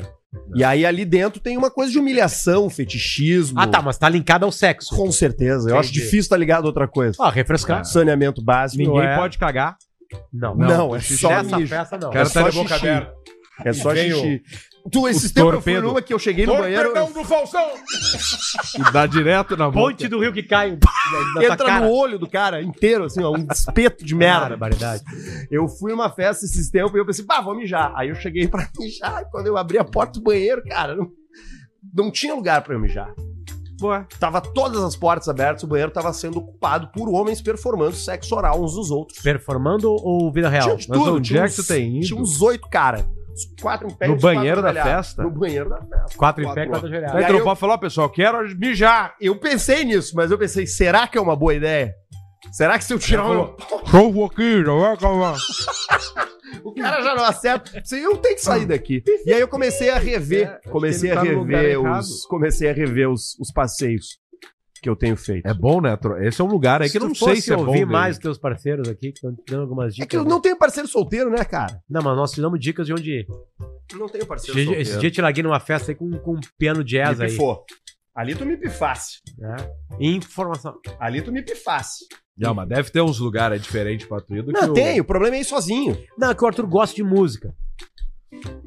E aí ali dentro tem uma coisa de humilhação, fetichismo.
Ah, tá, mas tá linkado ao sexo.
Com certeza. Eu acho
Entendi.
difícil estar ligado a outra coisa.
Ah, refrescar.
Saneamento básico. é?
Ninguém
pode cagar.
Não,
não,
não,
é
xixi
só
nessa
mijo.
festa, não.
É
O cara tá
só
de boca
xixi.
aberta.
É só E vem xixi. o- os torpedo.
Torpedão
do
Falsão! E dá direto na boca.
Ponte do rio que cai.
[laughs] Entra no olho do cara inteiro, assim, ó, um espeto de merda. Barbaridade. Eu fui numa festa esses tempos e eu pensei, pá, vou mijar. Aí eu cheguei pra [laughs] mijar, e quando eu abri a porta do banheiro, cara, não, não tinha lugar pra eu mijar. Tava todas as portas abertas, o banheiro tava sendo ocupado por homens performando sexo oral uns dos outros.
Performando ou vida real? é
Tinha de tudo,
é
tinha uns- Tinha uns oito, cara. Uns Quatro em pé
No
e uns quatro
banheiro da
ajoelhados.
festa?
No banheiro da festa.
Quatro
em pé, quatro ajoelhados.
Aí tu não então pode falar, pessoal, quero mijar.
Eu pensei nisso, mas eu pensei, será que é uma boa ideia? Será que se eu tirar um uma...
Show aqui, já vai acabar.
[laughs] O cara já não acerta. Pensei, Eu tenho que sair daqui. E aí eu comecei a rever. Comecei
ele
a
tá no lugar
rever
errado.
os. Comecei a rever os, os passeios que eu tenho feito.
É bom, né? Tro? Esse é um lugar aí que eu não sei se é bom.
ouvir
dele.
mais os teus parceiros aqui, que estão te dando algumas dicas.
É que eu não tenho parceiro solteiro, né, cara?
Não, mas nós te damos dicas de onde ir.
Não tenho
Esse
parceiro
dia, esse dia eu te larguei numa festa aí com, com um piano jazz
Me
aí.
pifou. Ali tu me pifasse.
É. Informação.
Ali tu me pifasse.
Não, mas deve ter uns lugares diferentes pra tu ir do que
Não, tem. O problema é ir sozinho.
Não, é que o Arthur gosta de música.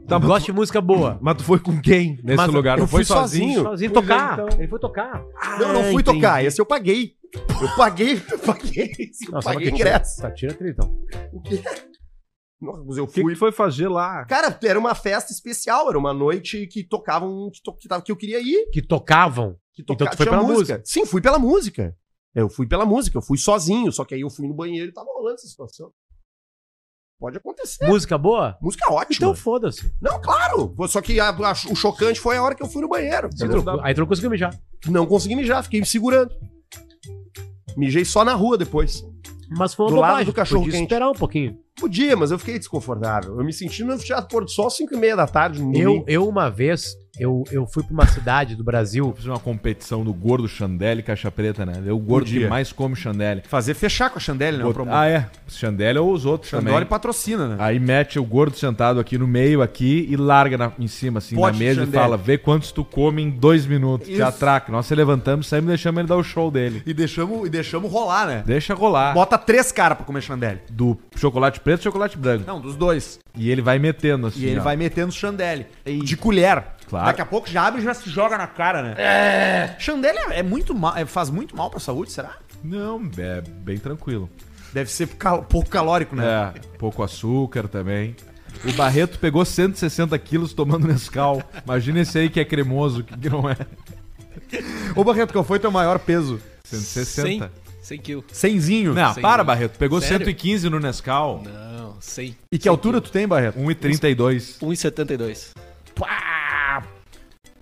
Tá, mas
gosta de música [clears throat] boa.
Mas tu foi com quem nesse
Mas
lugar?
eu
Não foi
fui sozinho.
sozinho?
Sozinho
Pois
tocar.
é, então.
Ele foi tocar.
Não, eu não
Ah,
fui
entendi.
tocar. Esse eu paguei.
Eu paguei, [laughs] eu paguei, eu
Não, sabe
paguei
o que que
ingresso.
foi? Tá, tira trilha, então.
O quê? Nossa, mas eu
O que, que foi fazer lá?
Cara, era uma festa especial, era uma noite que tocavam, que, to, que, tava- que eu queria ir.
Que tocavam?
Que
Então
toca,
tu foi
tinha
pela música.
Sim, fui pela música. Eu fui pela música, eu fui sozinho, só que aí eu fui no banheiro
Tá
e tava rolando essa situação. Pode acontecer.
Música boa?
É. Música ótima.
Então foda-se.
Não, claro. Só que a- a- o chocante foi a hora que eu fui no banheiro.
Você trocou- Aí trocou conseguiu mijar.
Não consegui mijar, fiquei me segurando. Mijei só na rua depois.
Mas foi
Do lado do cachorro
Podia
quente.
esperar um pouquinho.
Podia, mas eu fiquei desconfortável. Eu me senti no Teatro Pôr do Sol às 5 e meia da tarde. No
Eu,
domingo.
eu uma vez, eu, eu fui pra uma cidade do Brasil.
Fiz uma competição do gordo Chandelle e caixa preta, né? O gordo
Podia.
que mais come Chandelle.
Fazer fechar com a Chandelle, né? o promo-
Ah, é. Chandelle ou os outros
Chandelle
também.
patrocina, né?
Aí mete o gordo sentado aqui no meio aqui e larga na- em cima, assim,
Pote
na
de
mesa e
Chandelle.
fala: vê quantos tu come em dois minutos. Te
Isso.
atraca. Nós se levantamos, saímos e deixamos ele dar o show dele.
E deixamos, e deixamos rolar, né?
Deixa rolar.
Bota três caras pra comer Chandelle.
Do chocolate preto e chocolate branco.
Não, dos dois.
E ele vai metendo, assim.
E ele
ó.
vai metendo chandelle. De colher.
Claro.
Daqui a pouco já abre e já se joga na cara, né?
É.
Chandelle é muito mal, é- faz muito mal pra saúde, será?
Não, é bem tranquilo.
Deve ser cal- pouco calórico, né?
É, pouco açúcar também. O Barreto pegou 160 quilos tomando Nescau. Imagina esse aí que é cremoso, que não é.
Ô, Barreto, qual foi teu maior peso?
160.
100 quilos.
Cenzinho.
Não,
Cem.
para, Barreto. Pegou
Sério?
115 no Nescau.
Não, 100.
E que altura tu tem, Barreto?
1,32.
1,72.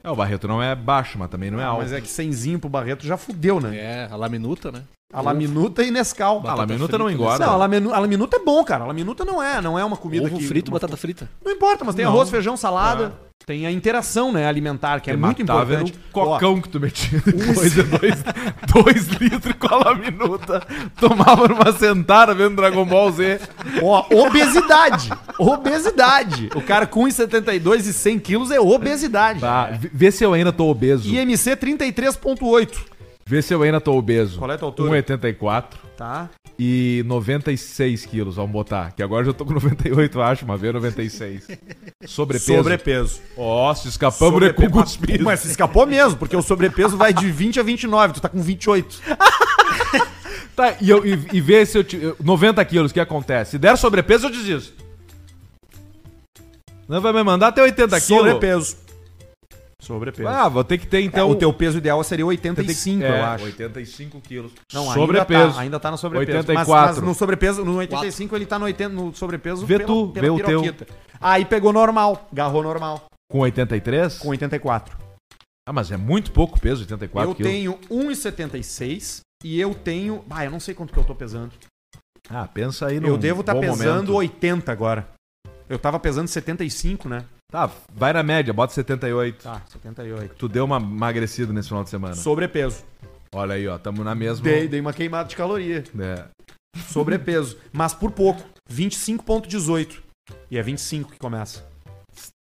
É, o Barreto não é baixo, mas também não é alto.
Mas é que cenzinho pro Barreto já fudeu, né?
É, a laminuta, né?
A é laminuta e Nescau.
A laminuta não engorda.
né? Não, a, lamenu- a laminuta é bom, cara. A laminuta não é, não é uma comida
Ovo
que-
frito,
uma-
batata frita.
Não importa, mas tem
Não. É.
arroz, feijão, salada. Tem a interação, né, alimentar, que é muito
matava era
importante.
o tipo cocão que tu
[laughs]
metia depois de dois, dois litros com a laminuta. Tomava numa sentada vendo Dragon Ball Z.
Ó, obesidade. obesidade. O cara com 1,72 e 100 quilos é obesidade.
Tá, v- vê se eu ainda tô obeso.
IMC 33,8.
Vê se eu ainda tô obeso.
Qual é a tua altura?
1,84
Tá.
e 96 quilos, vamos botar. Que agora eu já tô com 98, eu acho, mas veio
[laughs]
96. Sobrepeso.
Sobrepeso.
Ó, se escapamos de
Sobrepe-
com cuspido.
Mas se escapou mesmo, porque o sobrepeso vai de 20 a 29. Tu tá com 28.
Tá, e, eu, e, e vê se eu. ti- eu- 90 quilos, o que acontece? Se der sobrepeso, eu desisto. Não vai me mandar até 80 quilos.
Sobrepeso. Sobrepeso. É,
Ah, vou ter que ter então.
o teu peso ideal seria 85,
É,
eu acho.
85 quilos.
Não,
sobrepeso.
Ainda tá, ainda tá no sobrepeso. Mas-
84.
Mas, no sobrepeso, no 85, ele tá no, 80, no sobrepeso
Vê tu, vê o teu.
Aí pegou normal, garrou normal,
Com 83?
com 84.
Ah, mas é muito pouco peso, 84
eu
quilos.
tenho 1,76 e eu tenho... Ah, eu não sei quanto que eu tô pesando.
Ah, pensa aí no
Eu devo estar pesando 80 agora. Eu tava pesando 75, né?
Tá, vai na média, bota 78.
Tá, 78.
Tu deu uma emagrecida nesse final de semana.
Sobrepeso.
Olha aí, ó, tamo na mesma.
Dei, dei uma queimada de caloria.
É.
Sobrepeso. Mas por pouco. 25,18. E é 25 que começa.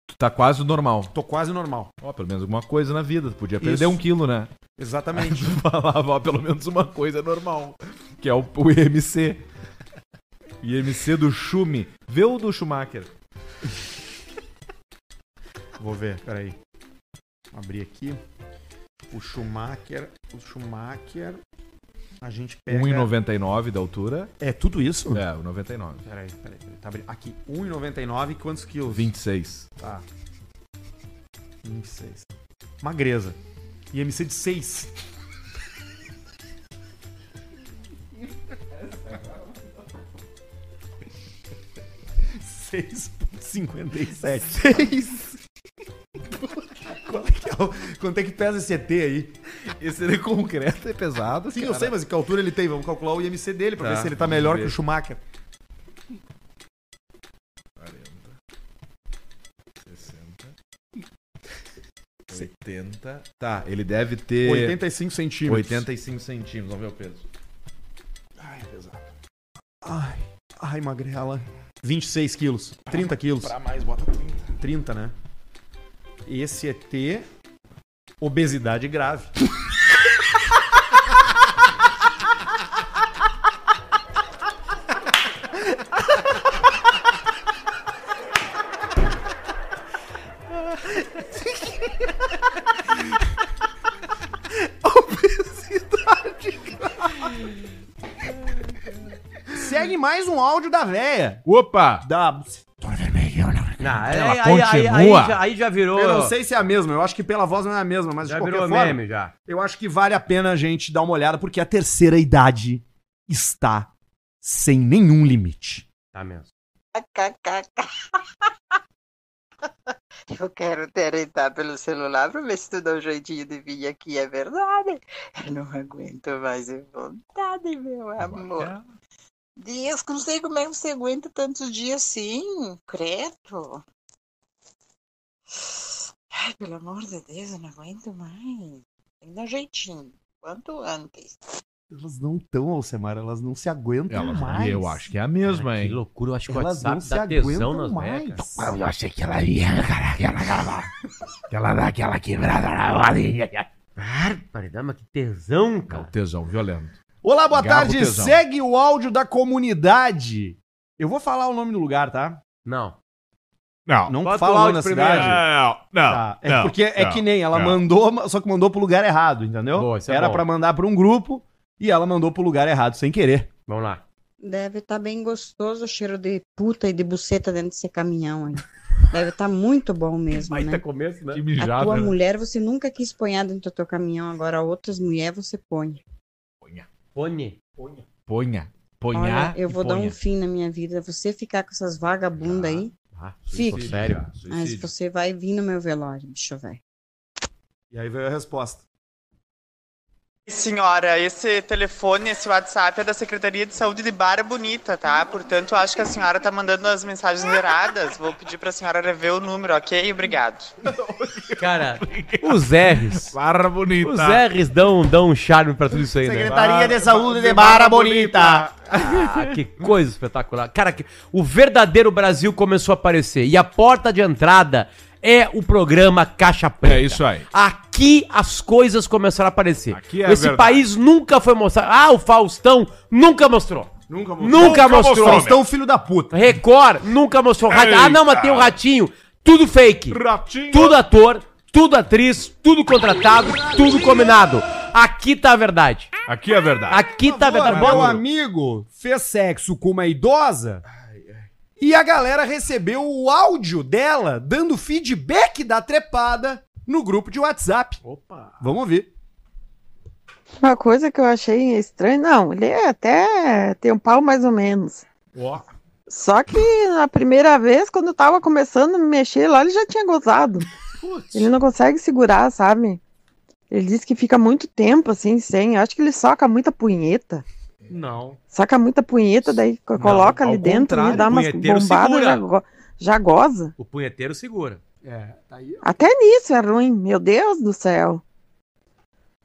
Tu tá quase o normal.
Tô quase normal.
Ó, pelo menos alguma coisa na vida. Tu podia perder
Isso.
um quilo, né? [laughs]
Exatamente.
Falava, ó, pelo menos uma coisa normal. Que é o, o IMC. IMC do Schumi. Vê o do Schumacher.
Vou ver, peraí. Vou abrir aqui. O Schumacher. O Schumacher. A gente pega.
1,99 da altura.
É tudo isso?
É, o 99.
Peraí, peraí. peraí. Tá abrindo. Aqui, 1,99 quantos quilos?
26.
Tá. 26. Magreza. IMC de 6. Seis cinquenta e sete. Seis. Quanto é, que é o- quanto é que pesa esse ET aí?
Esse ele é concreto, é pesado.
Sim, eu
cara.
sei, mas que altura ele tem? Vamos calcular o IMC dele pra
Tá,
ver se ele tá
vamos
melhor
ver.
que o Schumacher.
60. 80. Tá, ele deve ter.
85 centímetros.
85 centímetros, vamos ver o peso.
É
Ai, pesado. Ai, ai, magrela. 26 quilos. 30 quilos.
Pra mais, bota 30.
30, né? Esse ET. Obesidade grave.
Obesidade grave.
um áudio da véia.
Opa!
Da...
Não,
Ela continua.
já,
já virou.
Eu não sei se é a mesma, eu acho que pela voz não é a mesma, mas
Já
de qualquer
virou
forma,
meme, já.
Eu acho que vale a pena a gente dar uma olhada, porque a terceira idade está sem nenhum limite.
Tá mesmo.
[laughs] Eu quero tentar pelo celular pra ver se tu dá um jeitinho de vir aqui, é verdade. Eu não aguento mais, eu vou Vontade, meu amor. Dias, que não sei como é que você aguenta tantos dias assim, credo. Ai, pelo amor de Deus, eu não aguento mais. Tem que dar um jeitinho, quanto antes.
Elas não estão, Alcemar, elas não se aguentam
Elas-
mais.
e eu acho que é a mesma, hein? Então, Que
loucura, eu acho
que o Elas WhatsApp não se dá tesão aguentam nas mais.
becas.
Então, Eu achei que ela ia, cara, que ela, que ela, que ela dá aquela quebrada na bolinha.
Barbaridade, mas que
um
tesão, cara.
tesão violento.
Olá, boa
Garbo
tarde.
tesão.
Segue o áudio da comunidade. Eu vou falar o nome do lugar, tá?
Não.
Não.
Não
Bota
fala
o
o nome
áudio
da
primeiro.
cidade.
Não, não,
Tá. É
não,
porque é
não,
que nem ela
não.
mandou, só que mandou pro lugar errado, entendeu?
é
Era
bom.
pra mandar pra um grupo e ela mandou pro lugar errado sem querer.
Vamos lá.
Deve estar bem gostoso o cheiro de puta e de buceta dentro desse caminhão aí. Deve estar muito bom mesmo, né?
começo, né?
A tua mulher você nunca quis pôr dentro do teu caminhão, agora outras mulheres você põe.
Pone.
Ponha.
Olha,
Ponhar.
eu
e
vou dar um
ponha.
fim na minha vida. Você ficar com essas vagabundas aí,
Ah,
fique.
suicídio, cara,
Mas
suicídio.
você vai vir no meu velório, bicho velho.
E aí veio a resposta.
Senhora, esse telefone, esse WhatsApp é da Secretaria de Saúde de Barra Bonita, tá? Portanto, acho que a senhora tá mandando as mensagens erradas. Vou pedir pra senhora rever o número, ok? Obrigado.
Cara, os R's.
Barra bonita.
Os R's dão, dão um charme pra tudo isso aí, né?
de Saúde de Barra Bonita.
Ah, que coisa espetacular. Cara, que- o verdadeiro Brasil começou a aparecer. E a porta de entrada é o programa Caixa Preta. É isso
aí.
Aqui as coisas começaram a aparecer.
é a
Esse
verdade.
país nunca foi mostrado. Ah, o Faustão nunca mostrou.
Nunca
mostrou. Nunca mostrou.
Faustão, filho da puta.
Record nunca mostrou. Ra- Ah, não, mas tem o
Eita.
Ratinho. Tudo fake. Tudo ator, tudo atriz, tudo contratado, tudo combinado. Aqui tá a verdade.
Aqui é a verdade.
Aqui tá a
Agora,
verdade.
meu
Bota-
amigo fez sexo com uma idosa e a galera recebeu o áudio dela dando feedback da trepada no grupo de WhatsApp. Opa! Vamos ouvir.
Uma coisa que eu achei estranha, não, ele é até tem um pau mais ou menos. Só que na primeira vez, quando eu tava começando a me mexer lá, ele já tinha gozado. Ele não consegue segurar, sabe? Ele diz que fica muito tempo assim, sem. Eu acho que ele soca muita punheta.
Não.
Soca muita punheta, daí co- coloca ali
ao
dentro e
contrário,
dá
o
umas
punheteiro
bombadas,
segura.
já, go- já goza.
O punheteiro segura.
É,
tá
Até nisso é ruim, meu Deus do céu.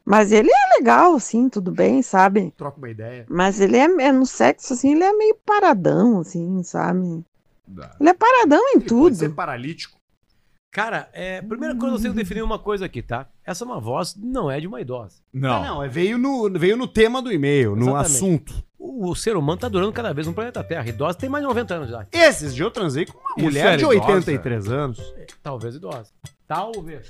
Mas ele é legal, assim, tudo bem, sabe?
Troca uma ideia.
Mas ele é, é no sexo, assim, ele é meio paradão, assim, sabe?
Dá.
Ele é paradão em tudo.
paralítico.
Cara, é, primeira coisa eu tenho que definir uma coisa aqui, tá? Essa é uma voz, não é de uma idosa.
Não, não é- veio, no, veio no tema do e-mail, no
Exatamente.
assunto.
O, o ser humano tá durando cada vez no planeta Terra. Idosa tem mais de 90 anos já.
Esses dias eu transei com uma
Isso
mulher
era
de
idosa?
83 anos.
Talvez idosa. Talvez.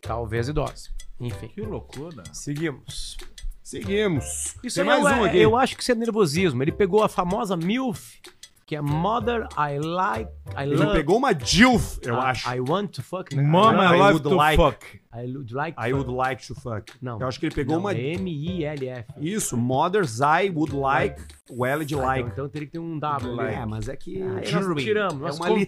Talvez idosa. Enfim. Que loucura. Seguimos.
Seguimos.
Isso
Tem
aí
mais
eu,
um aqui.
Eu acho que isso é nervosismo. Ele pegou a famosa MILF, que é Mother I Like. I
Ele pegou uma DILF, eu acho.
I want Ah, to fuck. né?
Mom, I love to fuck.
I would like
I would like to fuck.
Não.
Eu acho que ele pegou
Não,
uma.
é M-I-L-F.
Isso, Mothers I would like, o L de like.
Então teria que ter um W. ali.
É, mas é que.
Aí
Jury.
nós tiramos, nós
é uma
contratamos.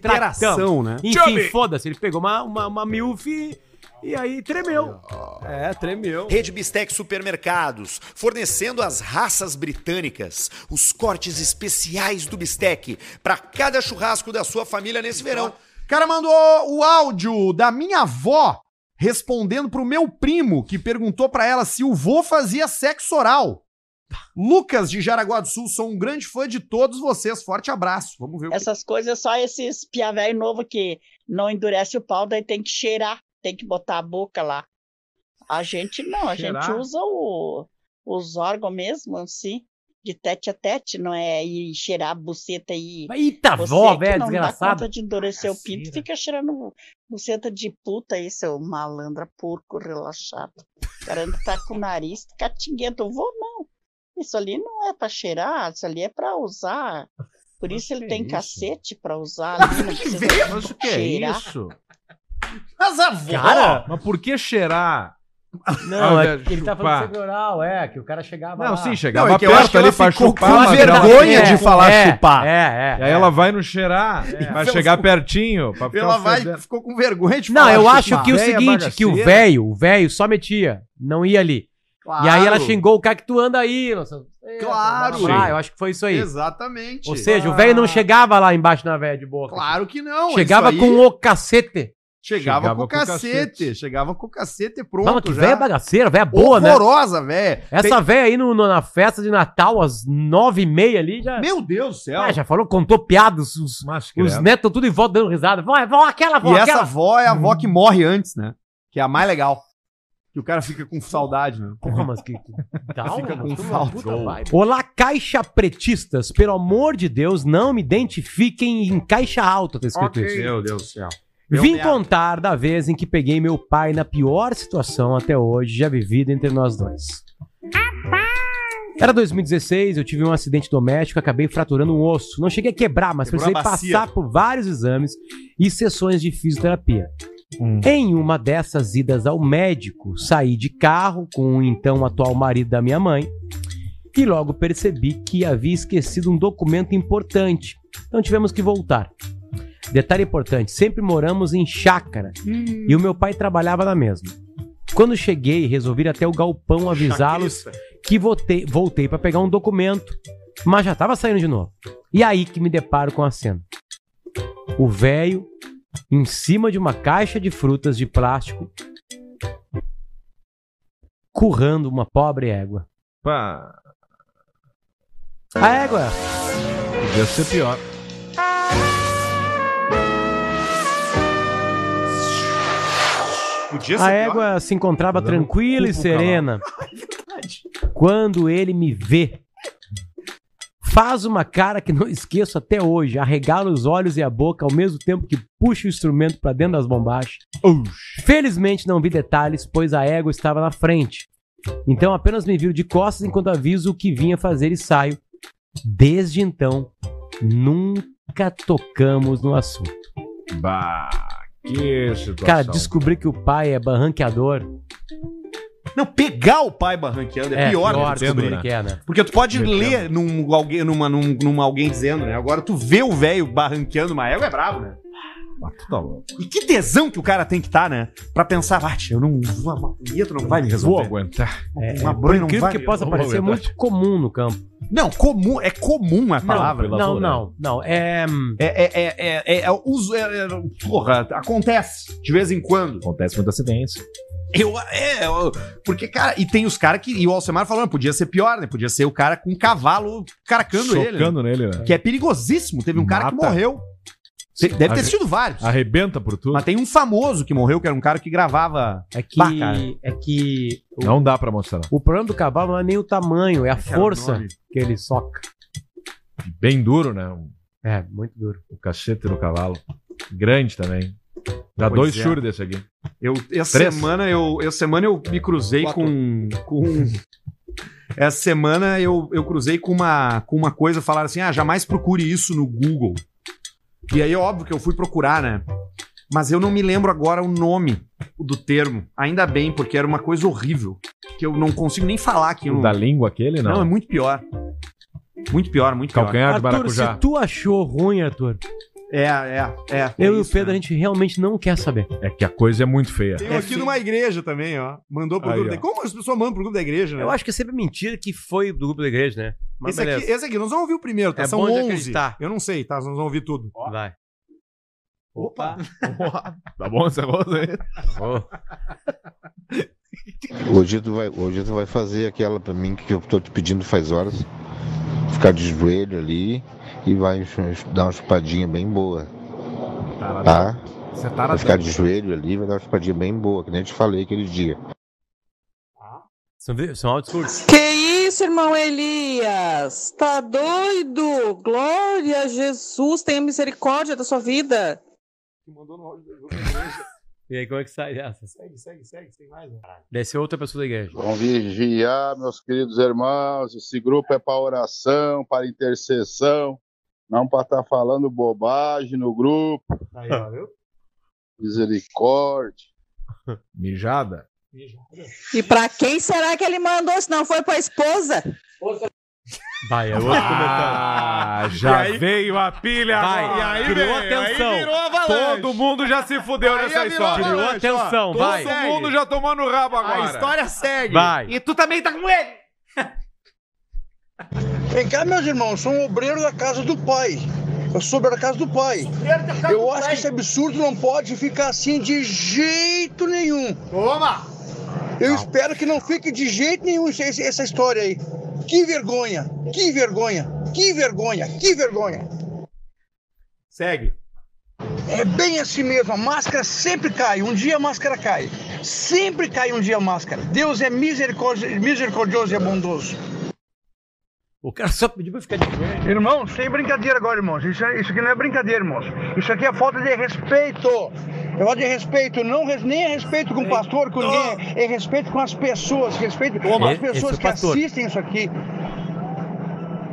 literação, né?
Enfim, foda-se, ele pegou uma, uma, uma milf e, e aí tremeu.
É, tremeu.
Rede Bistec Supermercados, fornecendo as raças britânicas, os cortes especiais do bistec para cada churrasco da sua família nesse verão.
Então, O cara mandou o áudio da minha avó respondendo pro meu primo, que perguntou pra ela se o vô fazia sexo oral.
Tá.
Lucas de Jaraguá do Sul, sou um grande fã de todos vocês. Forte abraço. Vamos ver o que-
Essas coisas, só esses pia velho novo que não endurece o pau, daí tem que cheirar, tem que botar a boca lá. A gente não, a
Cheirar?
gente usa o- os órgãos mesmo, assim, de tete a tete, não é ir cheirar a buceta e.
Eita,
você
vó,
que
velho,
não dá
desgraçado.
conta de endurecer o pinto, fica cheirando buceta de puta aí, seu malandra porco relaxado. Querendo tá com o nariz catinguento. Vou não. Isso ali não é para cheirar, isso ali é para usar. Por isso ele tem cacete para
[laughs]
usar. Ali, não precisa
Mas o que é
cheirar.
isso?
Mas a vó.
Cara, mas por que cheirar?
Não,
Ao
é
invés de
que ele tá
Ah, chupar?
falando sexo oral, é, que o cara chegava
Não,
lá.
sim, chegava
Não, é que eu acho
perto
que
ali
ela
pra
ficou
chupar.
com
mas
vergonha de falar
é,
chupar.
É, um é. E aí ela vai no cheirar,
É.
vai chegar pertinho. Pra ficar é
Ela vai,
fedendo.
ficou com vergonha de
Não,
falar
eu acho
chupar.
que é o
Véia é
seguinte, que o
bagaceira.
velho, o velho só metia, não ia ali. E aí ela
Claro.
xingou o cara que tu anda aí, nossa. blá,
Claro.
blá, blá, Ah, eu acho que foi isso aí.
Exatamente.
Ou seja, o velho não chegava lá embaixo na velha de boca.
Claro que Ah. não.
Chegava
isso aí-
com o cacete.
Chegava, com o cacete. Chegava com o cacete pronto.
Não, que
já.
velha bagaceira, velha boa, né?
Horrorosa, véia.
Essa
Tem-
véia aí no- no- na festa de Natal, às nove e meia ali, já.
Meu Deus do céu.
Ah, já falou, contou piadas, os, os
credo.
netos tudo em volta dando risada. Vó, vó, aquela, vó,
E
aquela.
essa avó é a avó
Hum.
que morre antes, né? Que é a mais legal. Que o cara fica com saudade, né?
Porra, mas que.
fica com
mas tu é uma
falta.
puta vibe. Olá, caixa pretistas. Pelo amor de Deus, não me identifiquem em caixa alta, tá escrito isso.
Meu Deus do céu.
Vim contar da vez em que peguei meu pai na pior situação até hoje já vivida entre nós dois. Era 2016, eu tive um acidente doméstico, acabei fraturando um osso. Não cheguei a quebrar, mas
Quebrou a
precisei
bacia.
passar por vários exames e sessões de fisioterapia.
Hum.
Em uma dessas idas ao médico, saí de carro com o então atual marido da minha mãe e logo percebi que havia esquecido um documento importante. Então tivemos que voltar. Detalhe importante: sempre moramos em chácara e o meu pai trabalhava na mesma. Quando cheguei, resolvi ir até o galpão avisá-los que voltei, voltei para pegar um documento, mas já estava saindo de novo. E aí que me deparo com a cena. O velho, em cima de uma caixa de frutas de plástico, currando uma pobre égua.
Pá,
A égua
podia ser pior.
Podia
A égua se encontrava
Tá dando
tranquila
um
e
cuco,
serena. Quando ele me vê, faz uma cara que não esqueço até hoje, arregala os olhos e a boca ao mesmo tempo que puxa o instrumento para dentro das bombachas. Felizmente não vi detalhes, pois a égua estava na frente. Então apenas me viro de costas enquanto aviso o que vinha fazer e saio. Desde então, nunca tocamos no assunto.
Bah, que situação.
Cara, descobri que o pai é barranqueador.
Não, pegar o pai barranqueando é,
É,
pior,
pior
do que descobrir.
descobrir que é, né?
Porque tu pode
Entendo.
ler num, alguém, numa, num, numa alguém dizendo, né? Agora tu vê o velho barranqueando uma égua, é brabo, né?
Ah, tá
E que tesão que o cara tem que estar, né? Pra pensar, "Bate, eu não vou, a punheta não vai me resolver.
Vou aguentar.
É,
Uma
é,
bronha
por
não
incrível
vai-
que possa
não vai
parecer, é
aguentar.
muito comum no campo.
Não, comum, é comum a palavra.
não, não, não, é...
É, é, é, é, é, é uso- é- é- porra, acontece de vez em quando.
Acontece muita acidência.
Eu, é, eu- porque, cara, e tem os caras que, e o Alcemar falando, podia ser pior, né? Podia ser o cara com um cavalo caracando ele.
Socando
né?
nele, né?
Que é perigosíssimo. Teve um cara que
Mata.
morreu. Te- Deve ter
Arre-
sido vários.
Arrebenta por tudo.
Mas tem um famoso que morreu, que era um cara que gravava.
É que.
Bah, cara.
É que o,
Não dá pra mostrar.
o problema do cavalo não é nem o tamanho, é a
era o
força
nome.
que ele soca.
Bem duro, né? Um-
É, muito duro.
O cacete do cavalo. Grande também. Dá
Pois
dois
é.
chures desse aqui.
Eu, essa,
Três.
semana eu, essa semana eu me cruzei
Quatro.
com. com... um. Essa semana eu, eu cruzei com uma, com uma coisa, falaram assim: ah, jamais procure isso no Google. E aí, óbvio que eu fui procurar, né? Mas eu não me lembro agora o nome do termo. Ainda bem, porque era uma coisa horrível. Que eu não consigo nem falar aqui.
O da língua aquele, não.
Não, é muito pior. Muito pior, muito
Calcanhar de
pior.
Arthur,
maracujá.
se tu achou ruim, Arthur,
É, é, é.
eu e o Pedro, a gente realmente não quer saber.
É que a coisa é muito feia.
Tem aqui numa igreja também, ó. Mandou pro
Aí,
grupo.
ó.
da- Como as pessoas mandam pro grupo da igreja, né?
Eu acho que é sempre mentira que foi do grupo da igreja, né?
Esse aqui, esse aqui, nós vamos ouvir o primeiro, tá?
É
São
bom de
11.
acreditar.
Eu não sei, tá? Nós vamos ouvir tudo.
Vai.
Opa! [laughs]
Tá bom esse arroz aí?
[laughs] Hoje tu vai, hoje tu vai fazer aquela pra mim que eu tô te pedindo faz horas. Ficar de joelho ali e vai chu- dar uma chupadinha bem boa. Tá?
Você tá
Vai ficar de joelho ali e vai dar uma chupadinha bem boa, que nem eu te falei aquele dia.
São, vi- são altos cursos.
Que isso, irmão Elias? Tá doido? Glória a Jesus, tenha misericórdia da sua vida.
E aí, como é que sai dessa?
Segue, segue, segue. Tem mais,
um.
Deve ser outra pessoa da igreja.
Vão vigiar, Ah, meus queridos irmãos. Esse grupo é para oração, para intercessão, não para estar falando bobagem no grupo.
Aí, ó, viu?
Misericórdia.
Mijada.
E pra quem será que ele mandou se não foi pra esposa?
Vai, é outro
Ah, já
E aí-
veio a pilha.
Vai,
agora.
e aí veio, aí virou avalanche.
Todo mundo já se fudeu
Aí
nessa
virou
história.
avalanche, Criou atenção, ó.
Todo
vai.
Todo
Segue.
mundo já tomou no rabo agora.
A história segue.
Vai.
E tu também tá com ele.
Vem cá, meus irmãos, sou um obreiro da casa do pai. Eu sou obreiro da casa do pai. Eu acho que esse absurdo não pode ficar assim de jeito nenhum. Toma! Eu espero que não fique de jeito nenhum esse- esse- essa história aí. Que vergonha, que vergonha, que vergonha, que vergonha.
Segue.
É bem assim mesmo, a máscara sempre cai, um dia a máscara cai. Sempre cai um dia a máscara. Deus é misericórdia- misericordioso e é bondoso.
O cara só pediu pra ficar de joelho.
Irmão, sem brincadeira agora, irmãos. Isso, é- isso aqui não é brincadeira, irmãos. Isso aqui é falta de respeito. É falta de respeito. Não, res- nem é respeito com o pastor, com ninguém. É respeito com as pessoas. Respeito com
Toma.
as
Esse- esse é
pessoas
o
que
pastor.
assistem isso aqui.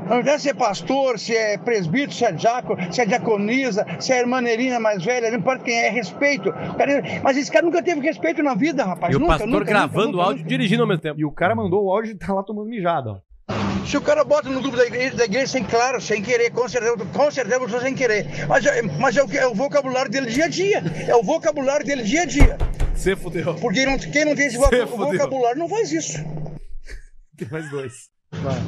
Não interessa se é pastor, se é presbítero, se é diácono, se é diaconisa, se é irmã Nerina mais velha, não importa quem é, é respeito. Cara, é- Mas esse cara nunca teve respeito na vida, rapaz.
E o
nunca,
pastor
nunca,
gravando
nunca,
o áudio e dirigindo ao mesmo tempo.
E o cara mandou o áudio e tá lá tomando mijada, ó.
se o cara bota no grupo da igreja, da igreja sem claro, sem querer, com certeza, com certeza eu tô sem querer. Mas, é- mas é, o, que- é o vocabulário dele dia a dia. É o vocabulário dele dia a dia.
Você fudeu.
Porque não- quem não tem esse
Cê
voca-
fudeu.
vocabulário não faz isso.
Tem mais dois.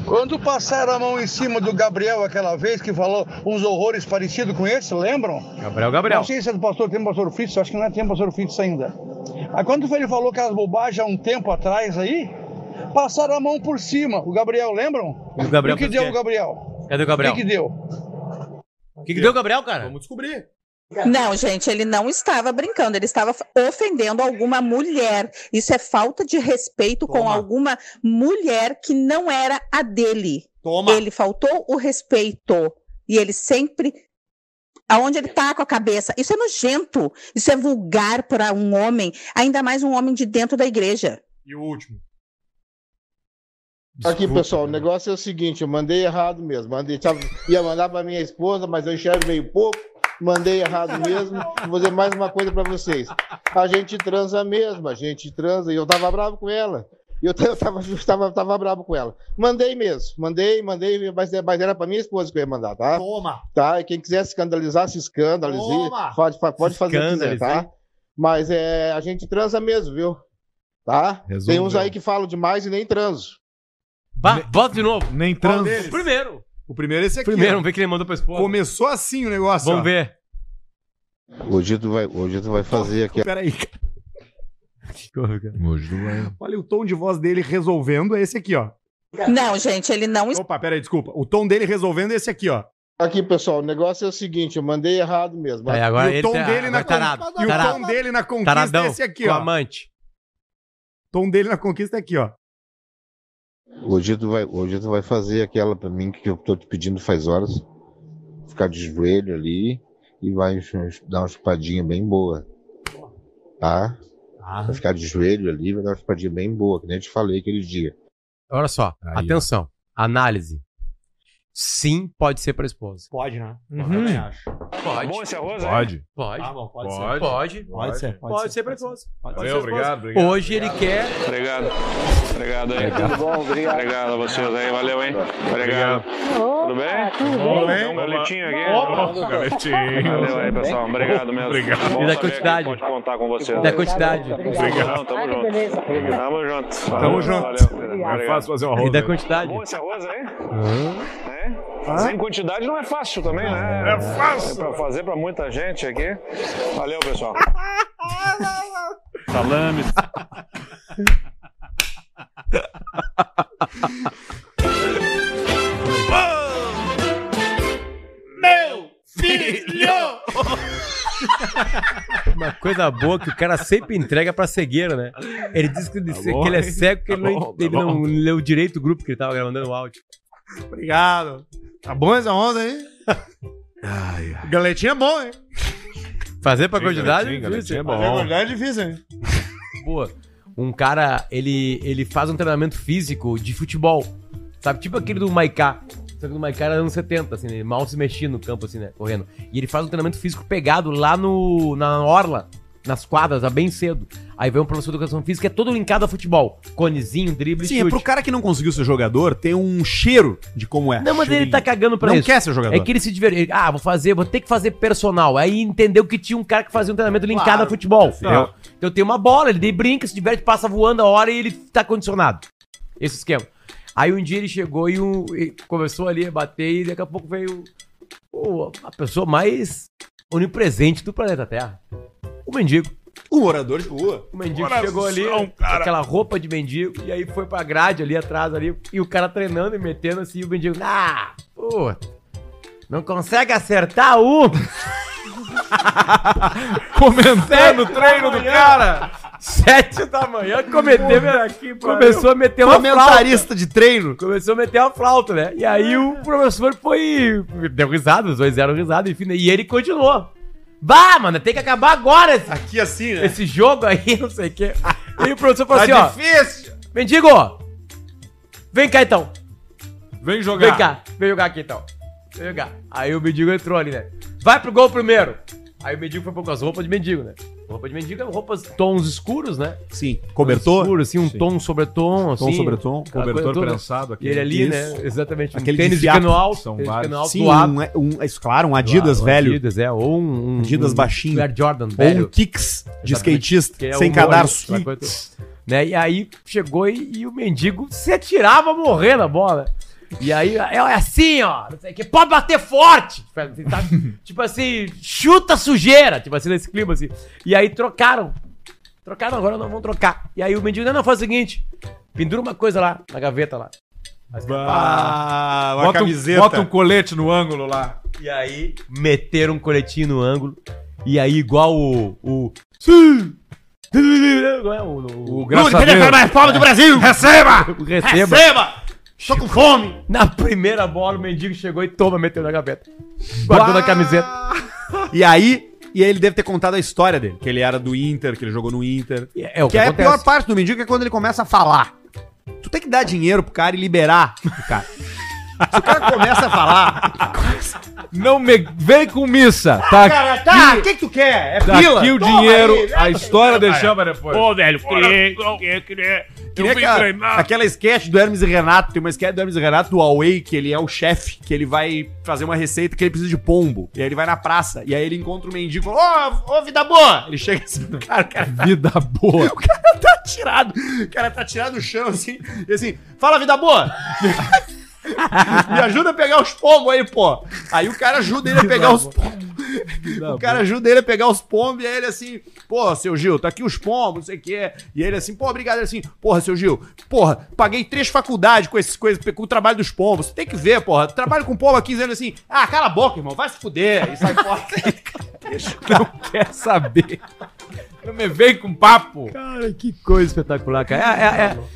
Quando passaram a mão em cima do Gabriel aquela vez que falou uns horrores parecidos com esse, lembram?
Gabriel, Gabriel.
Não sei se é do pastor, tem pastor Fritz, acho que não é tem pastor Fritz ainda. Aí quando ele falou aquelas bobagens há um tempo atrás aí, passaram a mão por cima. O Gabriel, lembram?
E o Gabriel
E o que
fez o
deu
quê?
o Gabriel?
Cadê o Gabriel?
O que que deu?
O que, que deu, Gabriel, cara? Vamos
descobrir.
Não, gente, ele não estava brincando, ele estava ofendendo alguma mulher. Isso é falta de respeito com alguma mulher que não era a dele. Ele faltou o respeito. E ele sempre. Aonde ele tá com a cabeça? Isso é nojento. Isso é vulgar para um homem, ainda mais um homem de dentro da igreja.
E o último. né?
Aqui, pessoal, o negócio é o seguinte, eu mandei errado mesmo. Mandei, tava- ia mandar pra minha esposa, mas eu enxergo meio pouco. Mandei errado mesmo. Vou dizer mais uma coisa pra vocês. A gente transa mesmo, a gente transa. E eu tava bravo com ela. E Eu [laughs] t- eu tava, eu tava, tava bravo com ela. Mandei mesmo, mandei, mandei, mas, mas era pra minha esposa que eu ia mandar, tá?
Toma!
Tá? E quem quiser se escandalizar, se escandalize.
Toma!
Pode, pode fazer o que quiser,
Escandalize,
tá?
hein?
Mas é, a gente transa mesmo, viu? Tá? Tem uns
Resolveu.
aí que falam demais e nem transo.
Bota de novo.
Nem
Qual
trans.
deles? Primeiro.
O primeiro é esse aqui.
Primeiro,
ó.
vamos ver quem ele mandou pra esposa.
Começou assim o negócio.
Vamos
ó.
ver.
Hoje tu vai, hoje tu vai fazer aqui.
Peraí.
Hoje tu vai.
Olha o tom de voz dele resolvendo, é esse aqui, ó.
Não, gente, ele não.
Opa, peraí, desculpa. O tom dele resolvendo é esse aqui, ó.
Aqui, pessoal, o negócio é o seguinte, eu mandei errado mesmo.
Aí, agora
e
ele
o tom
tá-
dele na
agora tarado, tá
conquista. E o
tarado.
tom dele na conquista
Taradão,
é esse aqui,
com
ó.
amante.
O tom dele na conquista é aqui, ó.
Hoje tu vai, hoje tu vai fazer aquela pra mim que eu tô te pedindo faz horas. Ficar de joelho ali e vai chu- dar uma chupadinha bem boa. Tá? Vai ficar de joelho ali, vai dar uma chupadinha bem boa, que nem eu te falei aquele dia.
Olha só, atenção. Análise. Sim, pode ser pra esposa.
Pode, né?
Também
acho.
Pode.
bom
é
esse arroz,
pode.
hein?
Pode.
Tá bom, pode ser.
pode. Pode.
Pode ser, pode
Pode
ser,
ser pra
pode ser.
esposa.
Pode
Pode
ser.
ser pra
Obrigado,
esposa.
obrigado,
Hoje ele quer.
Obrigado. Obrigado aí. Tudo bom, obrigado. Obrigado a vocês aí, valeu, hein? Obrigado. Tudo bem? tudo bem. Tem Um galetinho aqui. Opa, Opa, galetinho. Valeu aí, pessoal. Obrigado mesmo. Obrigado. Bom E da saber quantidade? que Pode contar com vocês. Da quantidade? Obrigado. Tamo junto. Tamo junto. Tamo junto. Valeu. Não é fácil fazer um arroz, E da né?
quantidade?
Bom esse arroz aí. É? Sem quantidade não é fácil também, né?
É fácil.
É pra fazer pra muita gente aqui. Valeu,
[laughs]
pessoal. Salames.
Meu filho!
Uma coisa boa que o cara sempre entrega pra cegueira, né? Ele diz que, ele-
bom,
que ele é
hein?
cego, que
Tá
ele, não,
bom, tá
ele não
bom.
leu direito o grupo que ele tava gravando o áudio. [laughs]
Obrigado. Tá bom essa onda, hein? Ai, ai. Galetinha é bom, hein?
Fazer pra quantidade?
Galetinha,
difícil.
galetinha é bom. Fazer quantidade
é difícil, hein? Pô, um cara, ele, ele faz um treinamento físico de futebol. Sabe? Tipo aquele do Maiká. Só que do Maiká era anos 70, assim, ele mal se mexia no campo, assim, né? Correndo. E ele faz um treinamento físico pegado lá no, na Orla, nas quadras, lá bem cedo. Aí vem um professor de educação física, é todo linkado a futebol. Conezinho, drible,
Sim, é pro cara que não conseguiu ser jogador ter um cheiro de como é.
Não, mas ele
Cheirinho.
tá cagando pra
Não
isso.
quer ser jogador.
É que ele se divertiu. Ah, vou fazer, vou ter que fazer personal. Aí entendeu que tinha um cara que fazia um treinamento linkado
Claro.
a futebol.
Tá.
Então tem uma bola, ele daí brinca, se diverte, passa voando a hora e ele tá condicionado. Esse esquema. Aí um dia ele chegou e, um, e começou ali a bater e daqui a pouco veio pô, a pessoa mais onipresente do planeta Terra. O mendigo.
Um morador de rua.
O mendigo
Coração,
chegou ali, com
cara.
aquela roupa de mendigo, e aí foi pra grade ali atrás ali, e o cara treinando e metendo assim, e o mendigo, ah, pô, não consegue acertar um? [laughs] Comentando o treino do cara. Sete da manhã, cometeu,
Puta que pariu.
começou a meter uma
Comentarista
de treino. Começou a meter uma flauta, né? E aí o professor foi... Deu risada, os dois deram risada, enfim. né? E ele continuou. Bah, mano, tem que acabar agora. Esse, Aqui assim, né? Esse jogo aí, [laughs] não sei o quê. E o professor falou
Tá
assim, ó... Mendigo! Vem cá, então. Vem
jogar.
Vem cá, vem jogar aqui, então. Vem jogar. Aí o mendigo entrou ali, né? Vai pro gol primeiro. Aí o mendigo foi com as roupas de mendigo, né? Roupa de mendigo é roupas tons escuros, né?
Sim. Cobertor.
Escuro, assim, um
Sim.
tom sobre tom, assim.
Tom sobre tom,
aquela
cobertor
coisa toda. E
prensado, aquele
ele ali,
que-
né? Exatamente. um
Aquele
tênis
de
de,
fiapo.
cano alto.
São
tênis de
vários.
cano alto
Sim,
doado.
um- um- é, claro, um Adidas
um
velho.
Adidas, é, ou um... um-
Adidas
um
baixinho.
Air Jordan
Ou
velho.
um Kicks de
Exatamente,
skatista,
que é
sem
o
cadarço.
molho, aquela coisa toda. Né? E aí chegou e, e o mendigo se atirava morrendo a bola. E aí é assim, ó, não sei o quê, pode bater forte. Tipo, assim, tá?
[laughs]
Tipo assim, chuta sujeira, tipo assim, nesse clima assim. E aí trocaram. Trocaram agora, não vão trocar. E aí o mendigo, não, não, faz o seguinte, pendura uma coisa lá, na gaveta lá. Mas-
Ah, uma
Bota um-
camiseta.
bota um
colete no ângulo lá.
E aí, meteram um coletinho no ângulo. E aí, igual o. O. Sim! Não é O, o, o
graçadeiro. É. Receba!
O receba!
Receba!
Tô com fome! Na primeira bola, o mendigo chegou e toma, meteu na gaveta. Guardou na camiseta.
E aí, e aí ele deve ter contado a história dele, que ele era do Inter, que ele jogou no Inter.
É, o
que,
que
é a
acontece.
pior parte do mendigo que é quando ele começa a falar. Tu tem que dar dinheiro pro cara e liberar o cara. Se o cara começa a falar,
Não me... Vem com missa. Tá
cara, tá, o que, que tu quer? É
Tá
fila?
aqui o
Toma
dinheiro,
aí,
a história
cara.
deixamos pra depois.
Pô, velho, queria-
queria, queria.
Queria aquela, aquela sketch do Hermes e Renato, tem uma sketch do Hermes e Renato do Huawei, que ele é o chefe, que ele vai fazer uma receita que ele precisa de pombo. E aí ele vai na praça, e aí ele encontra o mendigo e fala, ô, ô, vida boa! Ele chega assim [laughs] pro cara, o cara tá,
Vida boa.
[laughs] o cara tá tirado, o cara tá tirado do chão assim, e assim, fala vida boa! [laughs] Me ajuda a pegar os pombos aí, pô! Aí o cara ajuda ele a pegar os pombos.
[laughs]
O cara ajuda ele a pegar os pombos e aí ele assim, porra, seu Gil, tá aqui os pombos, não sei o que. E ele assim, pô, obrigado. Ele assim, porra, seu Gil, porra, paguei três faculdades com esses coisas, com o trabalho dos pombos. Você tem que ver, porra. Trabalho com pombo há 15 anos assim, ah, cala a boca, irmão, vai se fuder. E sai fora.
[laughs] Não quer saber. Não me vem com papo.
Cara, que coisa espetacular, cara. É,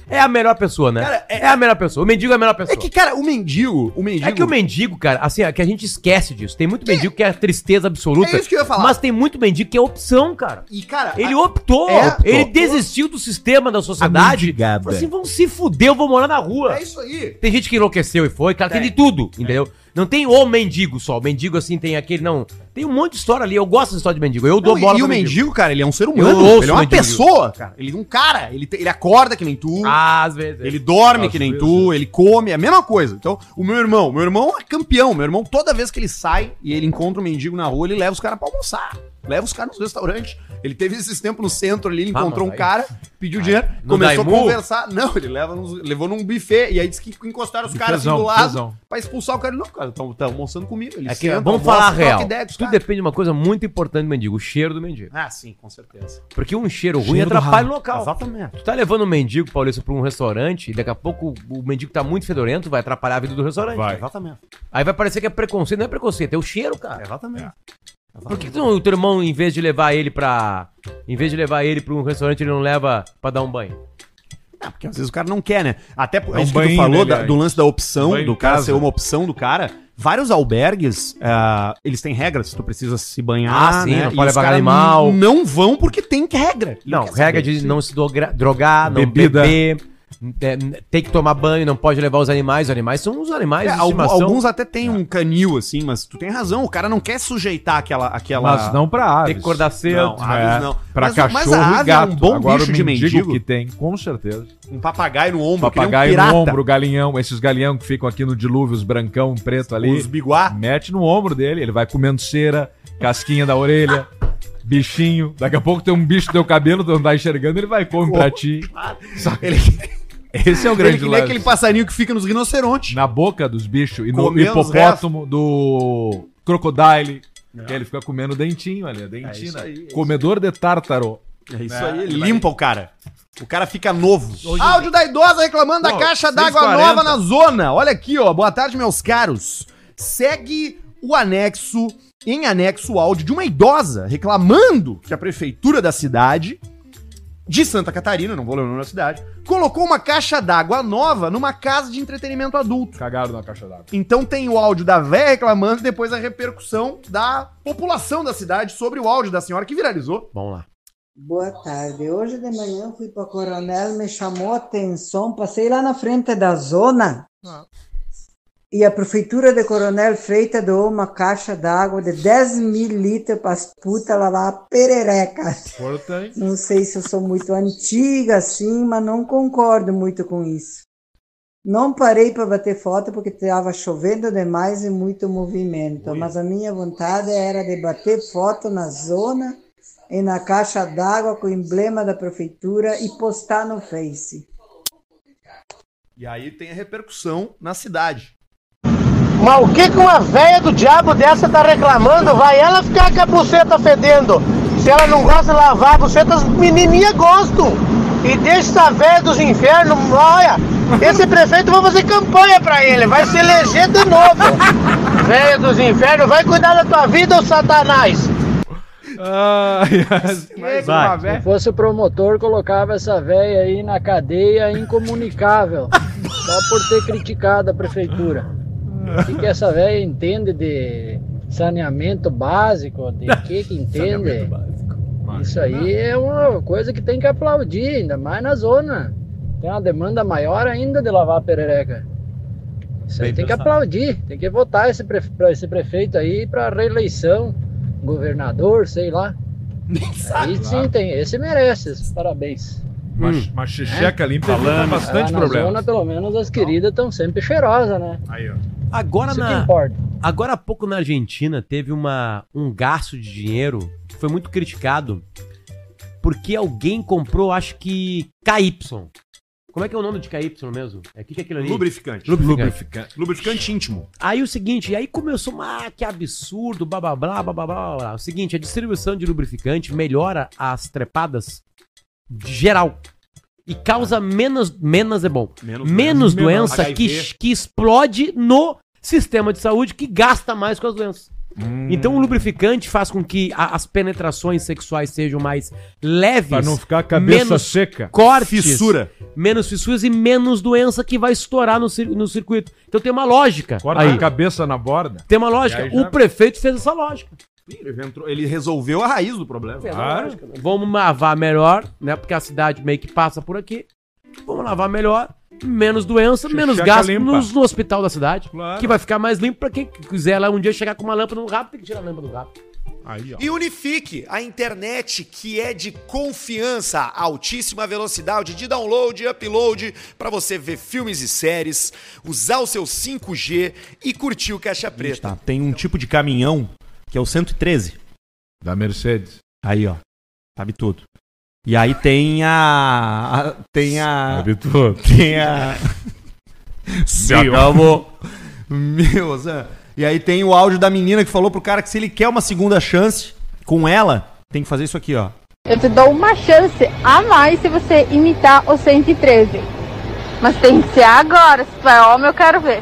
é- é- é a melhor pessoa, né? é... a melhor pessoa. O mendigo é a melhor pessoa. É que,
cara, o mendigo, o mendigo.
É que o mendigo, cara, assim, é que a gente esquece disso. Tem muito mendigo que é tristeza absoluta.
É isso que eu ia falar.
Mas tem muito mendigo que é opção, cara.
E, cara.
Ele optou,
É, optou.
ele desistiu do sistema da sociedade.
mendigada.
Falou assim, vão se fuder, eu vou morar na rua.
É isso aí.
Tem gente que enlouqueceu e foi, cara, tem, de tudo, entendeu? Não tem o mendigo só, o mendigo assim tem aquele, não. Tem um monte de história ali, eu gosto de história de mendigo, eu dou
Não, e-
bola
e
pro
o mendigo, cara, ele é um ser
Eu
humano,
ouço
ele é uma
o mendigo.
pessoa, cara. Ele é um cara, ele, te- ele acorda que nem tu.
Ah, Às vezes.
Ele dorme que nem tu, ele come, é a mesma coisa. Então, o meu irmão, meu irmão é campeão. Meu irmão, toda vez que ele sai e ele encontra um mendigo na rua, ele leva os caras pra almoçar. Leva os caras nos restaurantes. Ele teve esses tempos no centro ali, ele
Ah, mas
encontrou um
aí-
cara, pediu dinheiro,
no
começou a
Daimu?
conversar. Não, ele leva nos- levou num buffet e aí disse que encostaram os caras assim
Bufezão,
do lado
bufezão.
pra expulsar o cara. Não, cara, estão almoçando comigo. Ele
É que,
senta,
vamos
almoça,
falar a
troca
real.
ideia com os
Tudo
caras.
depende de uma coisa muito importante do mendigo, o cheiro do mendigo.
Ah, sim, com certeza.
Porque um cheiro ruim
Cheiro do
atrapalha o
ralo.
local.
Exatamente.
Tu tá levando um mendigo, Paulista, pra um restaurante e daqui a pouco o mendigo tá muito fedorento, vai atrapalhar a vida do restaurante.
Exatamente.
Aí vai parecer que é preconceito. Não é preconceito, é o cheiro, cara.
Exatamente.
É.
Por que tu não- o teu irmão, em vez de levar ele pra... Em vez de levar ele pra um restaurante, ele não leva pra dar um banho?
Ah, porque às vezes o cara não quer, né? Até por,
É um
isso que
banho,
tu falou
né,
da-
cara?
do lance da
Um
opção,
Banho em
do cara
casa.
ser uma opção do cara. Vários albergues, ah, eles têm regras. Tu precisa se banhar,
Ah, sim,
né?
não
E
pode
os
levar
caras
animal.
Não vão porque tem regra.
Não,
quer
regra
saber.
de não se dogra- drogar, não
Bebida.
beber, é, tem que tomar banho, não pode levar os animais. Os animais são os animais
É,
de
algu-
estimação.
alguns até tem
É.
um canil, assim, mas tu tem razão. O cara não quer sujeitar aquela. aquela...
Mas não pra aves.
Tem que acordar cedo. Não, aves
É,
não.
Pra
Mas-
cachorro
mas a ave
e gato.
é um bom bicho
o
de mendigo.
que tem, com certeza.
Um papagaio no ombro, que nem um
Papagaio
pirata.
no ombro, galinhão. Esses galinhão que ficam aqui no dilúvio, os brancão, preto ali.
Os biguá.
Mete no ombro dele, ele vai comendo cera, casquinha da orelha, bichinho. Daqui a pouco tem um bicho no teu cabelo, tu não tá enxergando, ele vai comer pra
[laughs]
ti. Sabe? [laughs] Esse é o grande
Ele que nem
lance.
aquele passarinho que fica nos rinocerontes.
Na boca dos bichos e no
Comendo os É.
hipopótamo do crocodile. que Ele fica comendo dentinho ali, a dentina. Comedor de tártaro. Né?
É isso aí, ele limpa o cara. O cara fica novo.
Áudio da idosa reclamando
da caixa d'água nova na zona. Olha aqui, ó. Boa tarde, meus caros. Segue o anexo, em anexo o áudio de uma idosa reclamando que a prefeitura da cidade de Santa Catarina, não vou ler o nome da cidade, colocou uma caixa d'água nova numa casa de entretenimento adulto.
Cagaram na caixa d'água.
Então tem o áudio da véia reclamando e depois a repercussão da população da cidade sobre o áudio da senhora que viralizou.
Vamos lá.
Boa tarde. Hoje de manhã eu fui para Coronel, me chamou a atenção, passei lá na frente da zona e a prefeitura de Coronel Freitas doou uma caixa d'água de 10 mil litros para as putas lavar a perereca.
Importante.
Não sei se eu sou muito antiga assim, mas não concordo muito com isso. Não parei para bater foto porque estava chovendo demais e muito movimento, mas a minha vontade era de bater foto na zona e na caixa d'água com o emblema da prefeitura e postar no Face.
E aí tem a repercussão na cidade.
Mas o que que uma velha do diabo dessa tá reclamando? Vai ela ficar com a buceta fedendo. Se ela não gosta de lavar a buceta, as menininhas gostam. E deixa essa velha dos infernos, olha, esse prefeito vai fazer campanha pra ele, vai se eleger de novo. Velha dos infernos, vai cuidar da tua vida, ô satanás.
Ah, [laughs]
Mas Se fosse o promotor, colocava essa véia aí na cadeia incomunicável. só por ter criticado a prefeitura. O que, que essa véia entende de saneamento básico? De que que entende? Isso aí é uma coisa que tem que aplaudir, ainda mais na zona. Tem uma demanda maior ainda de lavar a perereca. Isso aí
Bem
tem que
pensado.
aplaudir, tem que votar esse, prefe- pra esse prefeito aí para reeleição, governador, sei lá. Aí sim, tem, esse merece, parabéns.
Mas, mas xixeca limpa evita
Falando.
tá bastante
Lá na
problema.
Zona, pelo menos as queridas estão sempre cheirosas, né?
Aí, ó.
Agora
Isso
na
que importa.
agora há pouco na Argentina teve uma um gasto de dinheiro que foi muito criticado porque alguém comprou, acho que KY. Como é que é o nome de KY mesmo? É o que, que é aquilo ali?
Lubrificante.
Lubrificante.
Lubrificante íntimo.
Aí o seguinte, aí começou, uma- ah, que absurdo, blá blá blá, blá blá blá blá. O seguinte, a distribuição de lubrificante melhora as trepadas de geral. E causa menos, menos é bom, menos,
menos.
doença
HIV.
que, que explode no sistema de saúde que gasta mais com as doenças.
Hum.
Então o lubrificante faz com que a- as penetrações sexuais sejam mais leves.
Pra não ficar a cabeça seca.
Cortes,
Fissura.
Menos fissuras e menos doença que vai estourar no, cir- no circuito. Então tem uma lógica.
Corta
aí.
a cabeça na borda.
Tem uma lógica.
E aí já-
O prefeito fez essa lógica.
Ele, entrou- ele resolveu a raiz do problema.
Fez a lógica, né? Vamos lavar melhor, né? Porque a cidade meio que passa por aqui. Vamos lavar melhor. Menos doença, menos gasto
limpa.
nos- no hospital da cidade.
Claro.
Que vai ficar mais limpo pra quem quiser lá um dia chegar com uma lâmpada no rabo, tem que tirar a lâmpada do rabo.
Aí,
ó.
E
E unifique a internet que é de confiança, altíssima velocidade de download e upload para você ver filmes e séries, usar o seu 5G e curtir o Caixa Preta.
Tá, tem um tipo de caminhão que é o 113.
Da Mercedes.
Aí, ó. Sabe tudo. E aí tem a. a- tem a.
Sabe tudo.
Tem
[laughs]
a.
Se
Se
acabou.
acabou. Meu, Zé. E aí tem o áudio da menina que falou pro cara que se ele quer uma segunda chance com ela, tem que fazer isso aqui, ó.
Eu te dou uma chance a mais se você imitar o 113. Mas tem que ser agora. Se tu é homem, eu quero ver.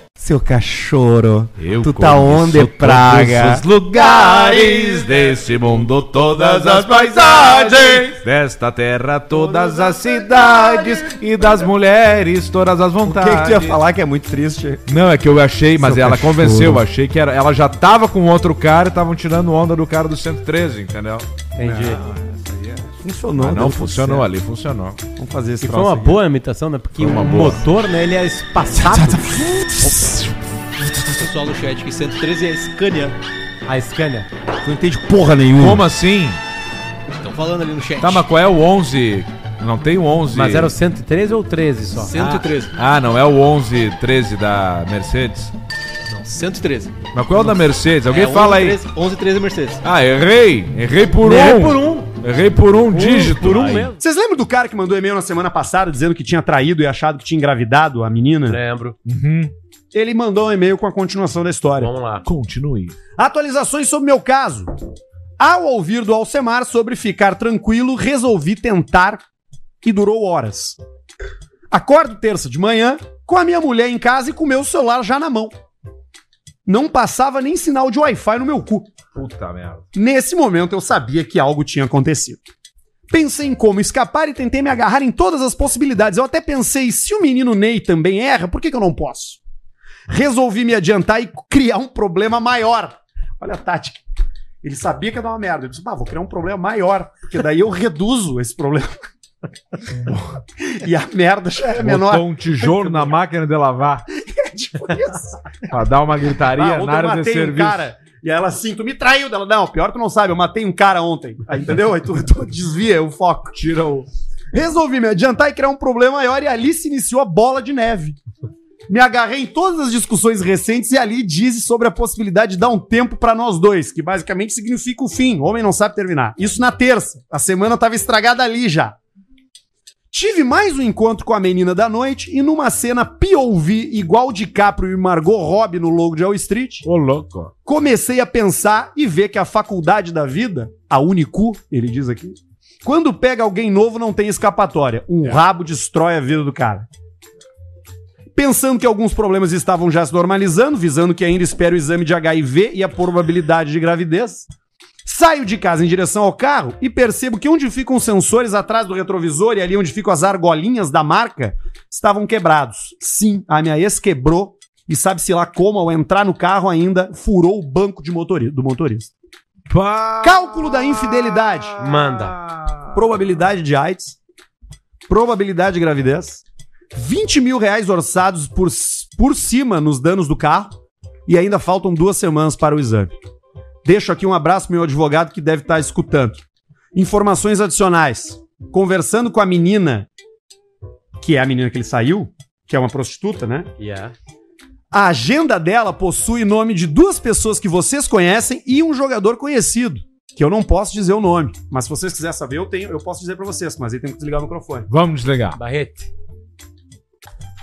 Seu cachorro, tu tá
conheço
onde, Praga?
Todos os lugares desse mundo, todas as paisagens. Desta terra, todas as cidades. E das mulheres, todas as
O
vontades.
que, que tu ia falar que é muito triste?
Não, é que eu achei, mas
Seu
ela
cachorro.
convenceu. Eu achei que era, ela já tava com outro cara e estavam tirando onda do cara do 113, entendeu?
Entendi.
Não, essa aí é-
Funcionou,
Mas
deu
não
tudo
funcionou
certo.
ali, funcionou.
Vamos fazer esse
Que foi uma boa imitação, né? Porque
Foi uma
o
boa.
motor, né, ele é espaçado.
[laughs]
Pessoal no chat que 113 é a Scania.
A Scania.
Tu não entende porra nenhuma.
Como assim?
Estão falando ali no chat.
Tá, mas qual é o 11? Não tem o 11.
Mas era o 113 ou 13 só?
113.
Ah, não é o 11, 13 da Mercedes?
Não, 113.
Mas qual é o da Mercedes? Alguém
É,
um
fala
11,
aí.
13, 11, 13 Mercedes.
Ah, errei. Errei por
Errei
um.
por
um. Errei por um dígito. Aí.
Vocês lembram do cara que mandou e-mail na semana passada dizendo que tinha traído e achado que tinha engravidado a menina?
Lembro.
Uhum.
Ele mandou um e-mail com a continuação da história.
Vamos lá.
Continue.
Atualizações sobre meu caso. Ao ouvir do Alcemar sobre ficar tranquilo, resolvi tentar e durou horas. Acordo terça de manhã com a minha mulher em casa e com o meu celular já na mão. Não passava nem sinal de Wi-Fi no meu cu.
Puta merda.
Nesse momento eu sabia que algo tinha acontecido. Pensei em como escapar e tentei me agarrar em todas as possibilidades. Eu até pensei, se o menino Ney também erra, por que, que eu não posso? Resolvi me adiantar e criar um problema maior. Olha a tática. Ele sabia que ia dar uma merda. Ele disse, "Bah, vou criar um problema maior, porque daí eu reduzo esse problema. [laughs] e a merda já é menor.
Botou um tijolo na máquina de lavar.
É tipo isso.
pra dar uma gritaria
Ah, ontem
na
eu
área de
matei um
serviço.
cara. E ela assim, tu me traiu dela. Não, pior tu não sabe, eu matei um cara ontem. Aí, entendeu? Aí tu, [laughs] tu desvia o foco. Tira o. Resolvi me adiantar e criar um problema maior, e ali se iniciou a bola de neve. Me agarrei em todas as discussões recentes e ali diz sobre a possibilidade de dar um tempo pra nós dois, que basicamente significa o fim. Homem não sabe terminar. Isso na terça. A semana tava estragada ali já. Tive mais um encontro com a menina da noite e numa cena POV igual DiCaprio e Margot Robbie no logo de All Street.
Ô, louco.
Comecei a pensar e ver que a faculdade da vida, a Unicu, ele diz aqui, quando pega alguém novo não tem escapatória.
É.
Um rabo destrói a vida do cara. Pensando que alguns problemas estavam já se normalizando, visando que ainda espera o exame de HIV e a probabilidade de gravidez, saio de casa em direção ao carro e percebo que onde ficam os sensores atrás do retrovisor e ali onde ficam as argolinhas da marca estavam quebrados. Sim, a minha ex quebrou e sabe-se lá como, ao entrar no carro ainda, furou o banco de motori- do motorista. Cálculo da infidelidade. Manda. Probabilidade de AIDS. Probabilidade de gravidez. 20 mil reais orçados por, c- por cima nos danos do carro. E ainda faltam duas semanas para o exame. Deixo aqui um abraço pro meu advogado que deve estar escutando. Informações adicionais. Conversando com a menina, que é a menina que ele saiu, que é uma prostituta, né?
Yeah.
A agenda dela possui nome de duas pessoas que vocês conhecem e um jogador conhecido, que eu não posso dizer o nome. Mas se vocês quiserem saber, eu tenho, eu posso dizer pra vocês, mas aí tem que desligar o microfone.
Vamos desligar.
Barrete.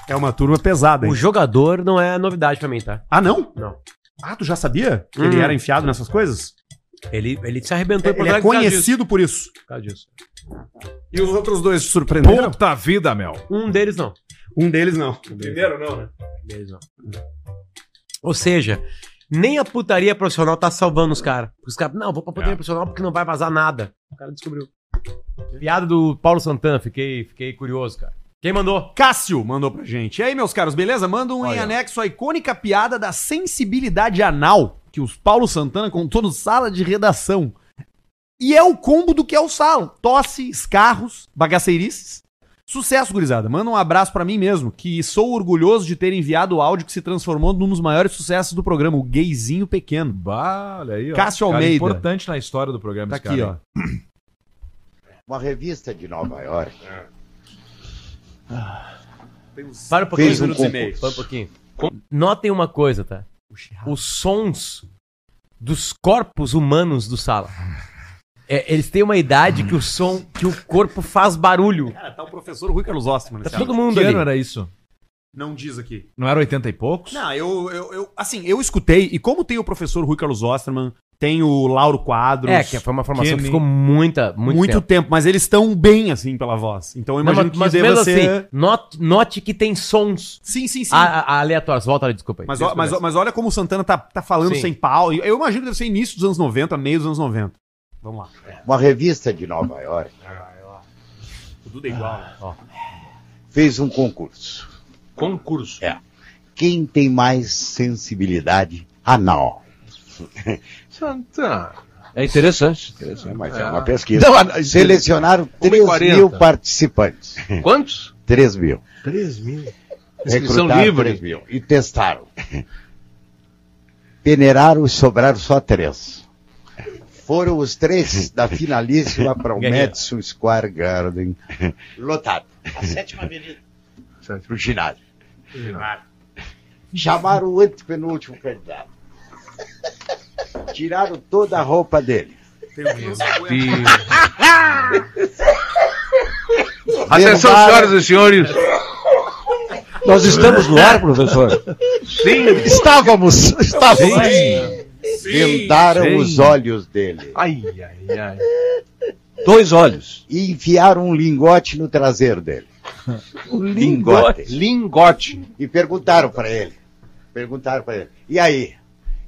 É uma turma pesada.
O jogador não é novidade pra mim, tá?
Ah, não?
Não.
Ah, tu já sabia que ele
Hum.
era enfiado nessas coisas?
Ele, ele se arrebentou em Porto
Ele é
Alegre por causa disso.
conhecido por isso.
Por causa disso.
E os outros dois te surpreenderam?
Puta vida, Mel.
Um deles não.
Um deles não. O
primeiro não, né? Um deles não. Ou seja, nem a putaria profissional tá salvando os caras. Os caras, não, vou pra
É.
putaria profissional porque não vai vazar nada. O cara descobriu. Piada do Paulo Santana, fiquei, fiquei curioso, cara. Quem mandou?
Cássio mandou pra gente. E aí, meus caros, beleza? Manda um em anexo à icônica piada da sensibilidade anal que os Paulo Santana contou no sala de redação. E é o combo do que é o salo. Tosse, escarros, bagaceirices. Sucesso, gurizada. Manda um abraço pra mim mesmo, que sou orgulhoso de ter enviado o áudio que se transformou num dos maiores sucessos do programa, o Gayzinho Pequeno.
Bah, olha aí, ó.
Cássio
Cara
Almeida.
importante na história do programa,
Tá
esse
aqui,
cara,
ó.
hein?
Uma revista de Nova York.
Ah. Para um pouquinho,
Fez um
minutos e
concurso.
meio. Para um pouquinho. Notem uma coisa, tá? Os sons dos corpos humanos do sala. É, eles têm uma idade que o som, que o corpo faz barulho.
Cara, tá o professor Rui Carlos Ostman.
Tá todo mundo ali.
era isso?
Não diz aqui.
Não era 80 e poucos?
Não, eu, eu, eu- assim, eu escutei, e como tem o professor Rui Carlos Osterman, tem o Lauro Quadros.
É, que foi uma formação que ficou muita, muito
tempo.
tempo.
mas eles estão bem, assim, pela voz. Então eu imagino
Não,
que
mas
deva
mesmo
ser...
assim, note, note que tem sons.
Sim, sim, sim.
A, a- aleatórios. Volta ali, desculpa aí.
Mas, ó- mas, ó- mas olha como o Santana tá, tá falando
assim. Sim.
sem pau. Eu imagino que deve ser início dos anos 90, meio dos anos 90. Vamos lá.
Uma revista de Nova York
Tudo igual. Ah, Ó.
fez um concurso. Concurso? É. Quem tem mais sensibilidade
[laughs]
anal?
Santana.
É interessante. interessante. Mas é, uma
É.
pesquisa.
Não, mas-
Selecionaram 3
1,40.
mil participantes.
[laughs] Quantos?
3 mil.
3 mil. Inscrição
Recrutaram
livre.
3 mil. E testaram. Peneiraram e sobraram só três. Foram os
[laughs]
três da finalíssima para o
Ganharam.
Madison Square Garden. Lotado. A sétima avenida. Para o ginásio.
[laughs]
Chamaram o antepenúltimo candidato. Tiraram toda a roupa dele.
Atenção,
Derrubaram-
senhoras e senhores.
Nós estamos no ar, professor?
Sim.
Estávamos, estávamos.
Sim. Sim.
Vendaram
Sim.
os olhos dele.
Ai, ai, ai.
Dois olhos. E enfiaram um lingote no traseiro dele. Lingote. Lingote. E perguntaram para ele. Perguntaram para ele. E aí?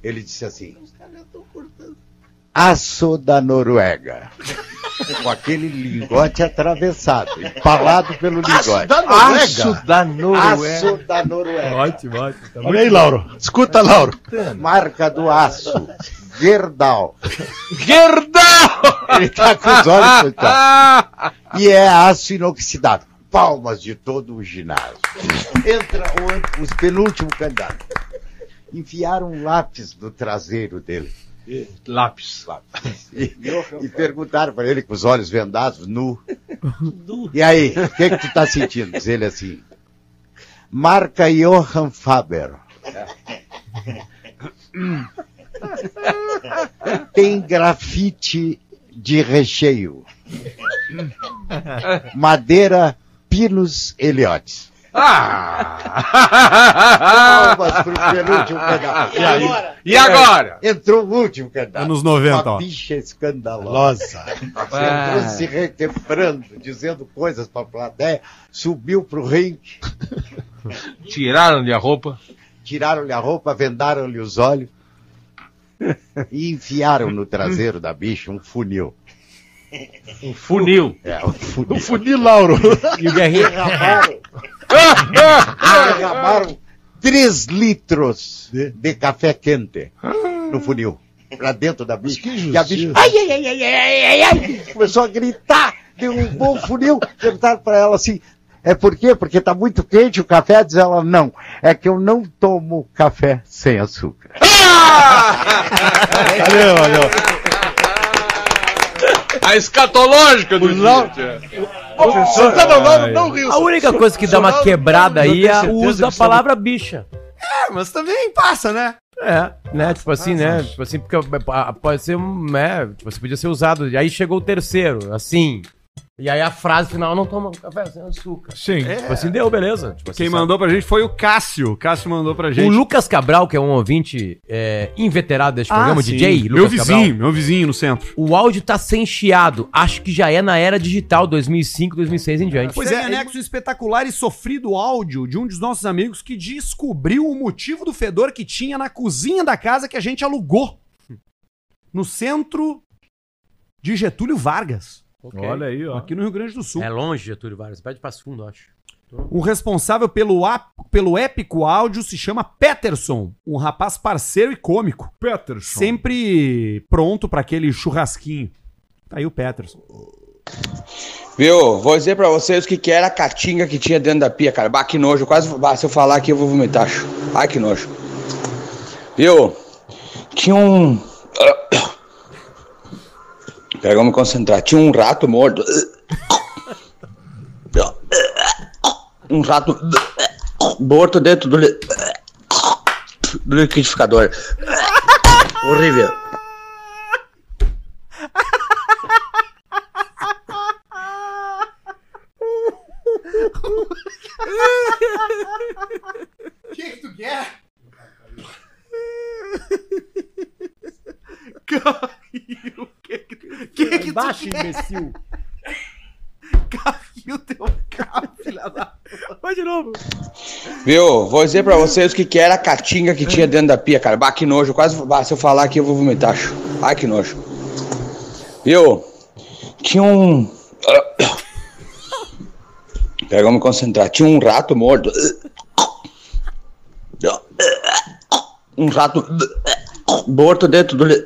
Ele disse assim. Aço da Noruega. Com aquele lingote atravessado, empalado pelo
Aço
lingote.
da Noruega. Aço da Noruega.
Aço da Noruega.
Ótimo, ótimo. Tá
Olha aí, Lauro. Escuta, Tá, Lauro. Marca do aço. Gerdau. Gerdau! Ele tá com os olhos coitados. E é aço inoxidável. Palmas de todo o ginásio. Entra o, an- os penúltimo candidato. Enfiaram um lápis no traseiro dele. Lápis. Lápis. E, e perguntaram para ele com os olhos vendados, nu. E aí, o que, que tu tá sentindo? Diz ele assim. Marca Johann Faber. [laughs] Tem grafite de recheio. Madeira Pinus Eliotes.
Ah!
Palmas pro penúltimo candidato.
E agora? E agora?
Entrou o último candidato.
Anos 90,
Uma
ó.
bicha escandalosa.
Ah.
Entrou se requebrando, dizendo coisas pra plateia. Subiu pro ringue,
Tiraram-lhe a roupa.
tiraram-lhe a roupa, vendaram-lhe os olhos. E enfiaram no traseiro da bicha um funil. Um
funil.
É, um funil.
funil, Lauro. E o Guerrinho.
Derramaram. derramaram 3 litros de café quente no funil. Pra dentro da bicha. E a bicha. Ai, ai, ai, ai, ai, ai, ai, Começou a gritar. Derrubou o funil. Perguntaram pra ela assim. É por quê? Porque tá muito quente o café? Diz ela, não. É que eu não tomo café sem açúcar. 啊
Valeu, valeu. A escatológica do Lauro. Professor,
Santana, o Lauro
não
A única coisa que dá uma quebrada aí é o uso da palavra bicha.
É, mas também passa, né?
É, né? Tipo assim, né? Tipo assim, porque ah, pode ser um. Né? Tipo assim, podia ser usado. E Aí chegou o terceiro, assim. E aí a frase final não toma café sem açúcar.
Sim.
Tipo assim, deu, beleza. Tipo assim,
É. Quem
sabe?
mandou pra gente foi o Cássio. O Cássio mandou pra gente.
O Lucas Cabral, que é um ouvinte é, inveterado deste
Ah,
programa,
sim.
DJ,
Meu vizinho,
meu vizinho no centro. O áudio tá sem chiado. Acho que já é na era digital, 2005, 2006 em diante.
Pois é, anexo espetacular e sofrido áudio de um dos nossos amigos que descobriu o motivo do fedor que tinha na cozinha da casa que a gente alugou. No centro de Getúlio Vargas.
Olha aí, ó.
Aqui no Rio Grande do Sul.
É longe, Getúlio Vargas. Pede Passo Fundo, eu acho.
O Um responsável pelo, ap- pelo épico áudio se chama Peterson, um rapaz parceiro e cômico.
Peterson.
Sempre pronto pra aquele churrasquinho. Tá aí o Peterson.
Viu? Vou dizer pra vocês o que, que era a catinga que tinha dentro da pia, cara. Bah, que nojo. Quase, bah, se eu falar aqui eu vou vomitar. acho. Ai, que nojo. Viu? Tinha um... [coughs] Pera, eu vou me concentrar. Tinha um rato morto. [coughs] Um rato morto dentro do, li- [coughs] do liquidificador. [coughs] Horrível.
[laughs]
baixo, imbecil.
Caiu teu carro, filha da. Vai de novo. Viu? Vou dizer pra vocês o que, que era a caatinga que tinha dentro da pia, cara. Bah, que nojo. Quase. Bah, se eu falar aqui, eu vou vomitar. acho. Ai, que nojo. Viu? Tinha um. Pega eu me concentrar. Tinha um rato morto. Um rato morto dentro do, li...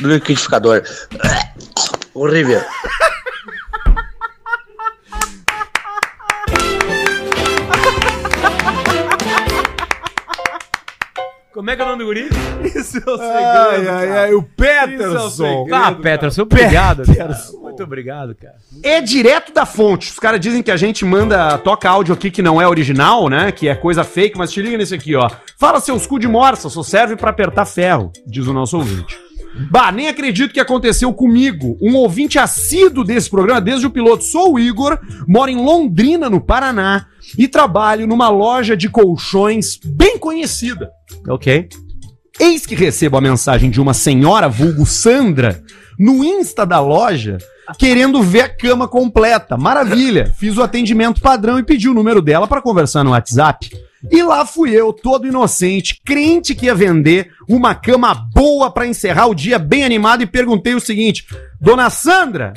do liquidificador. Horrível.
Como é que é o nome do guri? Isso é o
Ai, ai,
é
ai, o Peterson.
Ah, Peterson,
[laughs]
obrigado. Peterson. Ah, Muito obrigado, cara.
É direto da fonte. Os caras dizem que a gente manda, toca áudio aqui que não é original, né? Que é coisa fake, mas te liga nesse aqui, ó. Fala seus cu de morsa, só serve pra apertar ferro, diz o nosso ouvinte. Bah, nem acredito que aconteceu comigo. Um ouvinte assíduo desse programa desde o piloto. Sou o Igor, moro em Londrina, no Paraná, e trabalho numa loja de colchões bem conhecida.
Ok.
Eis que recebo a mensagem de uma senhora, vulgo Sandra, no Insta da loja, querendo ver a cama completa. Maravilha! Fiz o atendimento padrão e pedi o número dela para conversar no WhatsApp. E lá fui eu, todo inocente, crente que ia vender uma cama boa para encerrar o dia bem animado e perguntei o seguinte: Dona Sandra,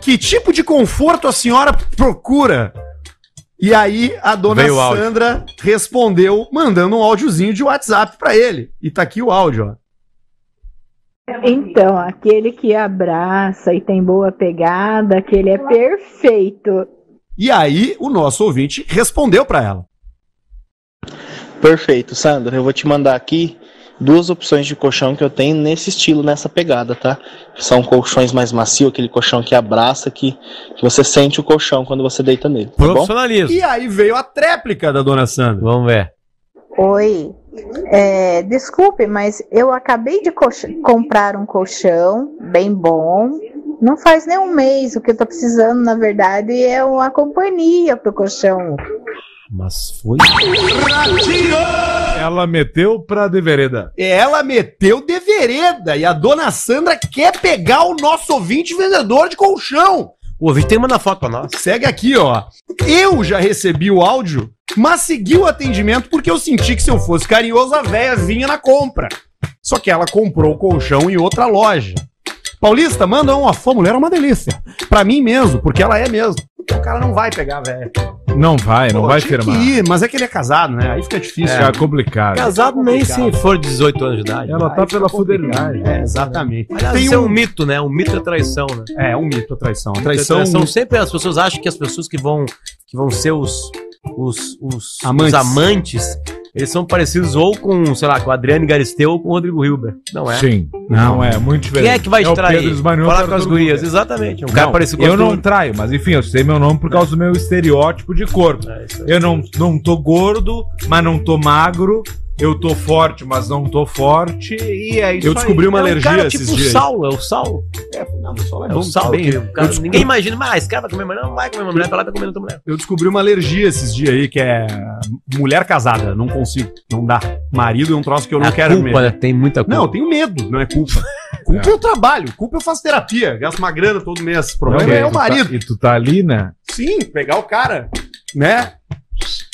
que tipo de conforto a senhora procura? E aí a dona
Veio o áudio.
Sandra respondeu mandando um áudiozinho de WhatsApp para ele. E tá aqui o áudio, ó.
Então, aquele que abraça e tem boa pegada, aquele é perfeito.
E aí o nosso ouvinte respondeu para ela.
Tá
Perfeito, Sandra. Eu vou te mandar aqui duas opções de colchão que eu tenho nesse estilo, nessa pegada, tá? São colchões mais macio, aquele colchão que abraça, que, que você sente o colchão quando você deita nele. Tá bom?
E aí veio a tréplica da dona Sandra.
Vamos ver.
Oi, é, desculpe, mas eu acabei de coxa- comprar um colchão bem bom. Não faz nem um mês. O que eu tô precisando, na verdade, é uma companhia pro colchão.
Mas foi.
Ela meteu pra devereda.
Ela meteu de vereda e a dona Sandra quer pegar o nosso ouvinte vendedor de colchão.
O ouvinte tem uma foto pra nós.
Segue aqui, ó. Eu já recebi o áudio, mas segui o atendimento porque eu senti que se eu fosse carinhoso, a véia vinha na compra. Só que ela comprou o colchão em outra loja. Paulista, manda um, ó. Sua mulher é uma delícia. Pra mim mesmo, porque ela é mesmo. O cara não vai pegar, velho.
Não vai, não
Pô,
vai
tinha que
firmar.
ir, mas é que ele é casado, né? Aí fica difícil.
É, complicado.
Casado nem se for 18 anos de idade.
Ela tá pela fudelinagem.
É, exatamente.
Aliás, isso é um mito, né? Um mito é traição, né?
É, um mito é traição. A
Traição,
traição,
sempre as pessoas acham que as pessoas que vão que vão ser os os, os,
Amantes.
os amantes, eles são parecidos ou com, sei lá, com o Adriano Galisteu ou com o Rodrigo Hilber. Não é?
Sim. Não, é muito diferente.
Quem é que vai te
o
trair?
Pedro Esmanhoto,
Falar
era
com as
todo mundo.
gurias, exatamente. Um cara
não,
parecido com
Eu
as
não
gurias.
traio, mas enfim, eu sei meu nome por causa do meu estereótipo de corpo.
É,
eu não, não tô gordo, mas não tô magro. Eu tô forte, mas não tô forte. E é isso
Eu descobri
aí.
uma
É um
alergia
cara
esses
tipo
dias.
Saulo, é o Saulo.
É, não, o Saulo
É
um
o Saulo. que o cara- ninguém imagina, mas ah, esse cara vai comer mulher, não vai comer minha mulher, tá lá, tá comendo tua mulher.
Eu descobri uma alergia esses dias aí, que é mulher casada. Não consigo, não dá. Marido é um troço que eu não quero
culpa, né? Tem muita
culpa. Não, eu tenho medo, não é culpa. culpa eu trabalho, culpa eu faço terapia, gasto uma grana todo mês. O problema
Não,
é o
tu tá-
marido.
e tu tá ali, né?
Sim, pegar o cara, né?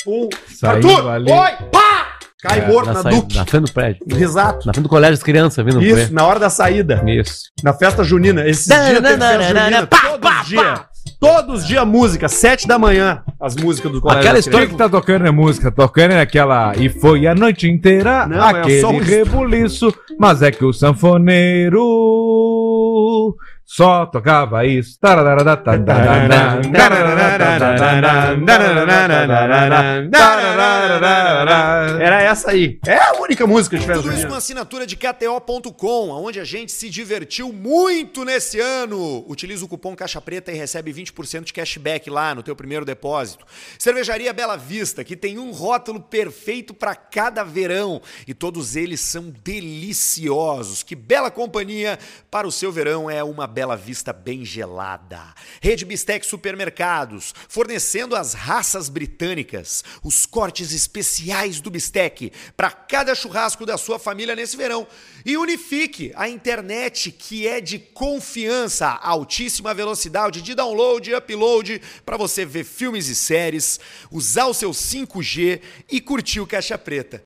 Um.
Saindo
Arthur,
ali.
oi, pá! Cai
É,
morto na,
saída-
Duque.
na frente do prédio.
Exato.
Na frente do colégio das crianças, vindo
Isso, na hora da saída.
Isso.
Na festa junina. Esses
Dan,
dias
dan,
teve festa
dan,
junina,
dan, pá,
todos os dias. Todos os dias música, sete da manhã, as músicas do colégio.
Aquela
das
história que tá tocando é música, tocando é aquela. E foi a noite inteira
Não, é
aquele
só um-
rebuliço. Mas é que o sanfoneiro só tocava isso. Tararará, tararará,
Era essa aí. É a única música que tivesse.
Tudo isso com assinatura de KTO.com, onde a gente se divertiu muito nesse ano. Utiliza o cupom Caixa Preta e recebe 20% de cashback lá no teu primeiro depósito. Cervejaria Bela Vista, que tem um rótulo perfeito para cada verão. E todos eles são deliciosos. Que bela companhia para o seu verão é uma bela
Bela Vista bem gelada. Rede Bistec Supermercados, fornecendo as raças britânicas, os cortes especiais do bistec para cada churrasco da sua família nesse verão. E Unifique, a internet que é de confiança, altíssima velocidade de download e upload para você ver filmes e séries, usar o seu 5G e curtir o Caixa Preta.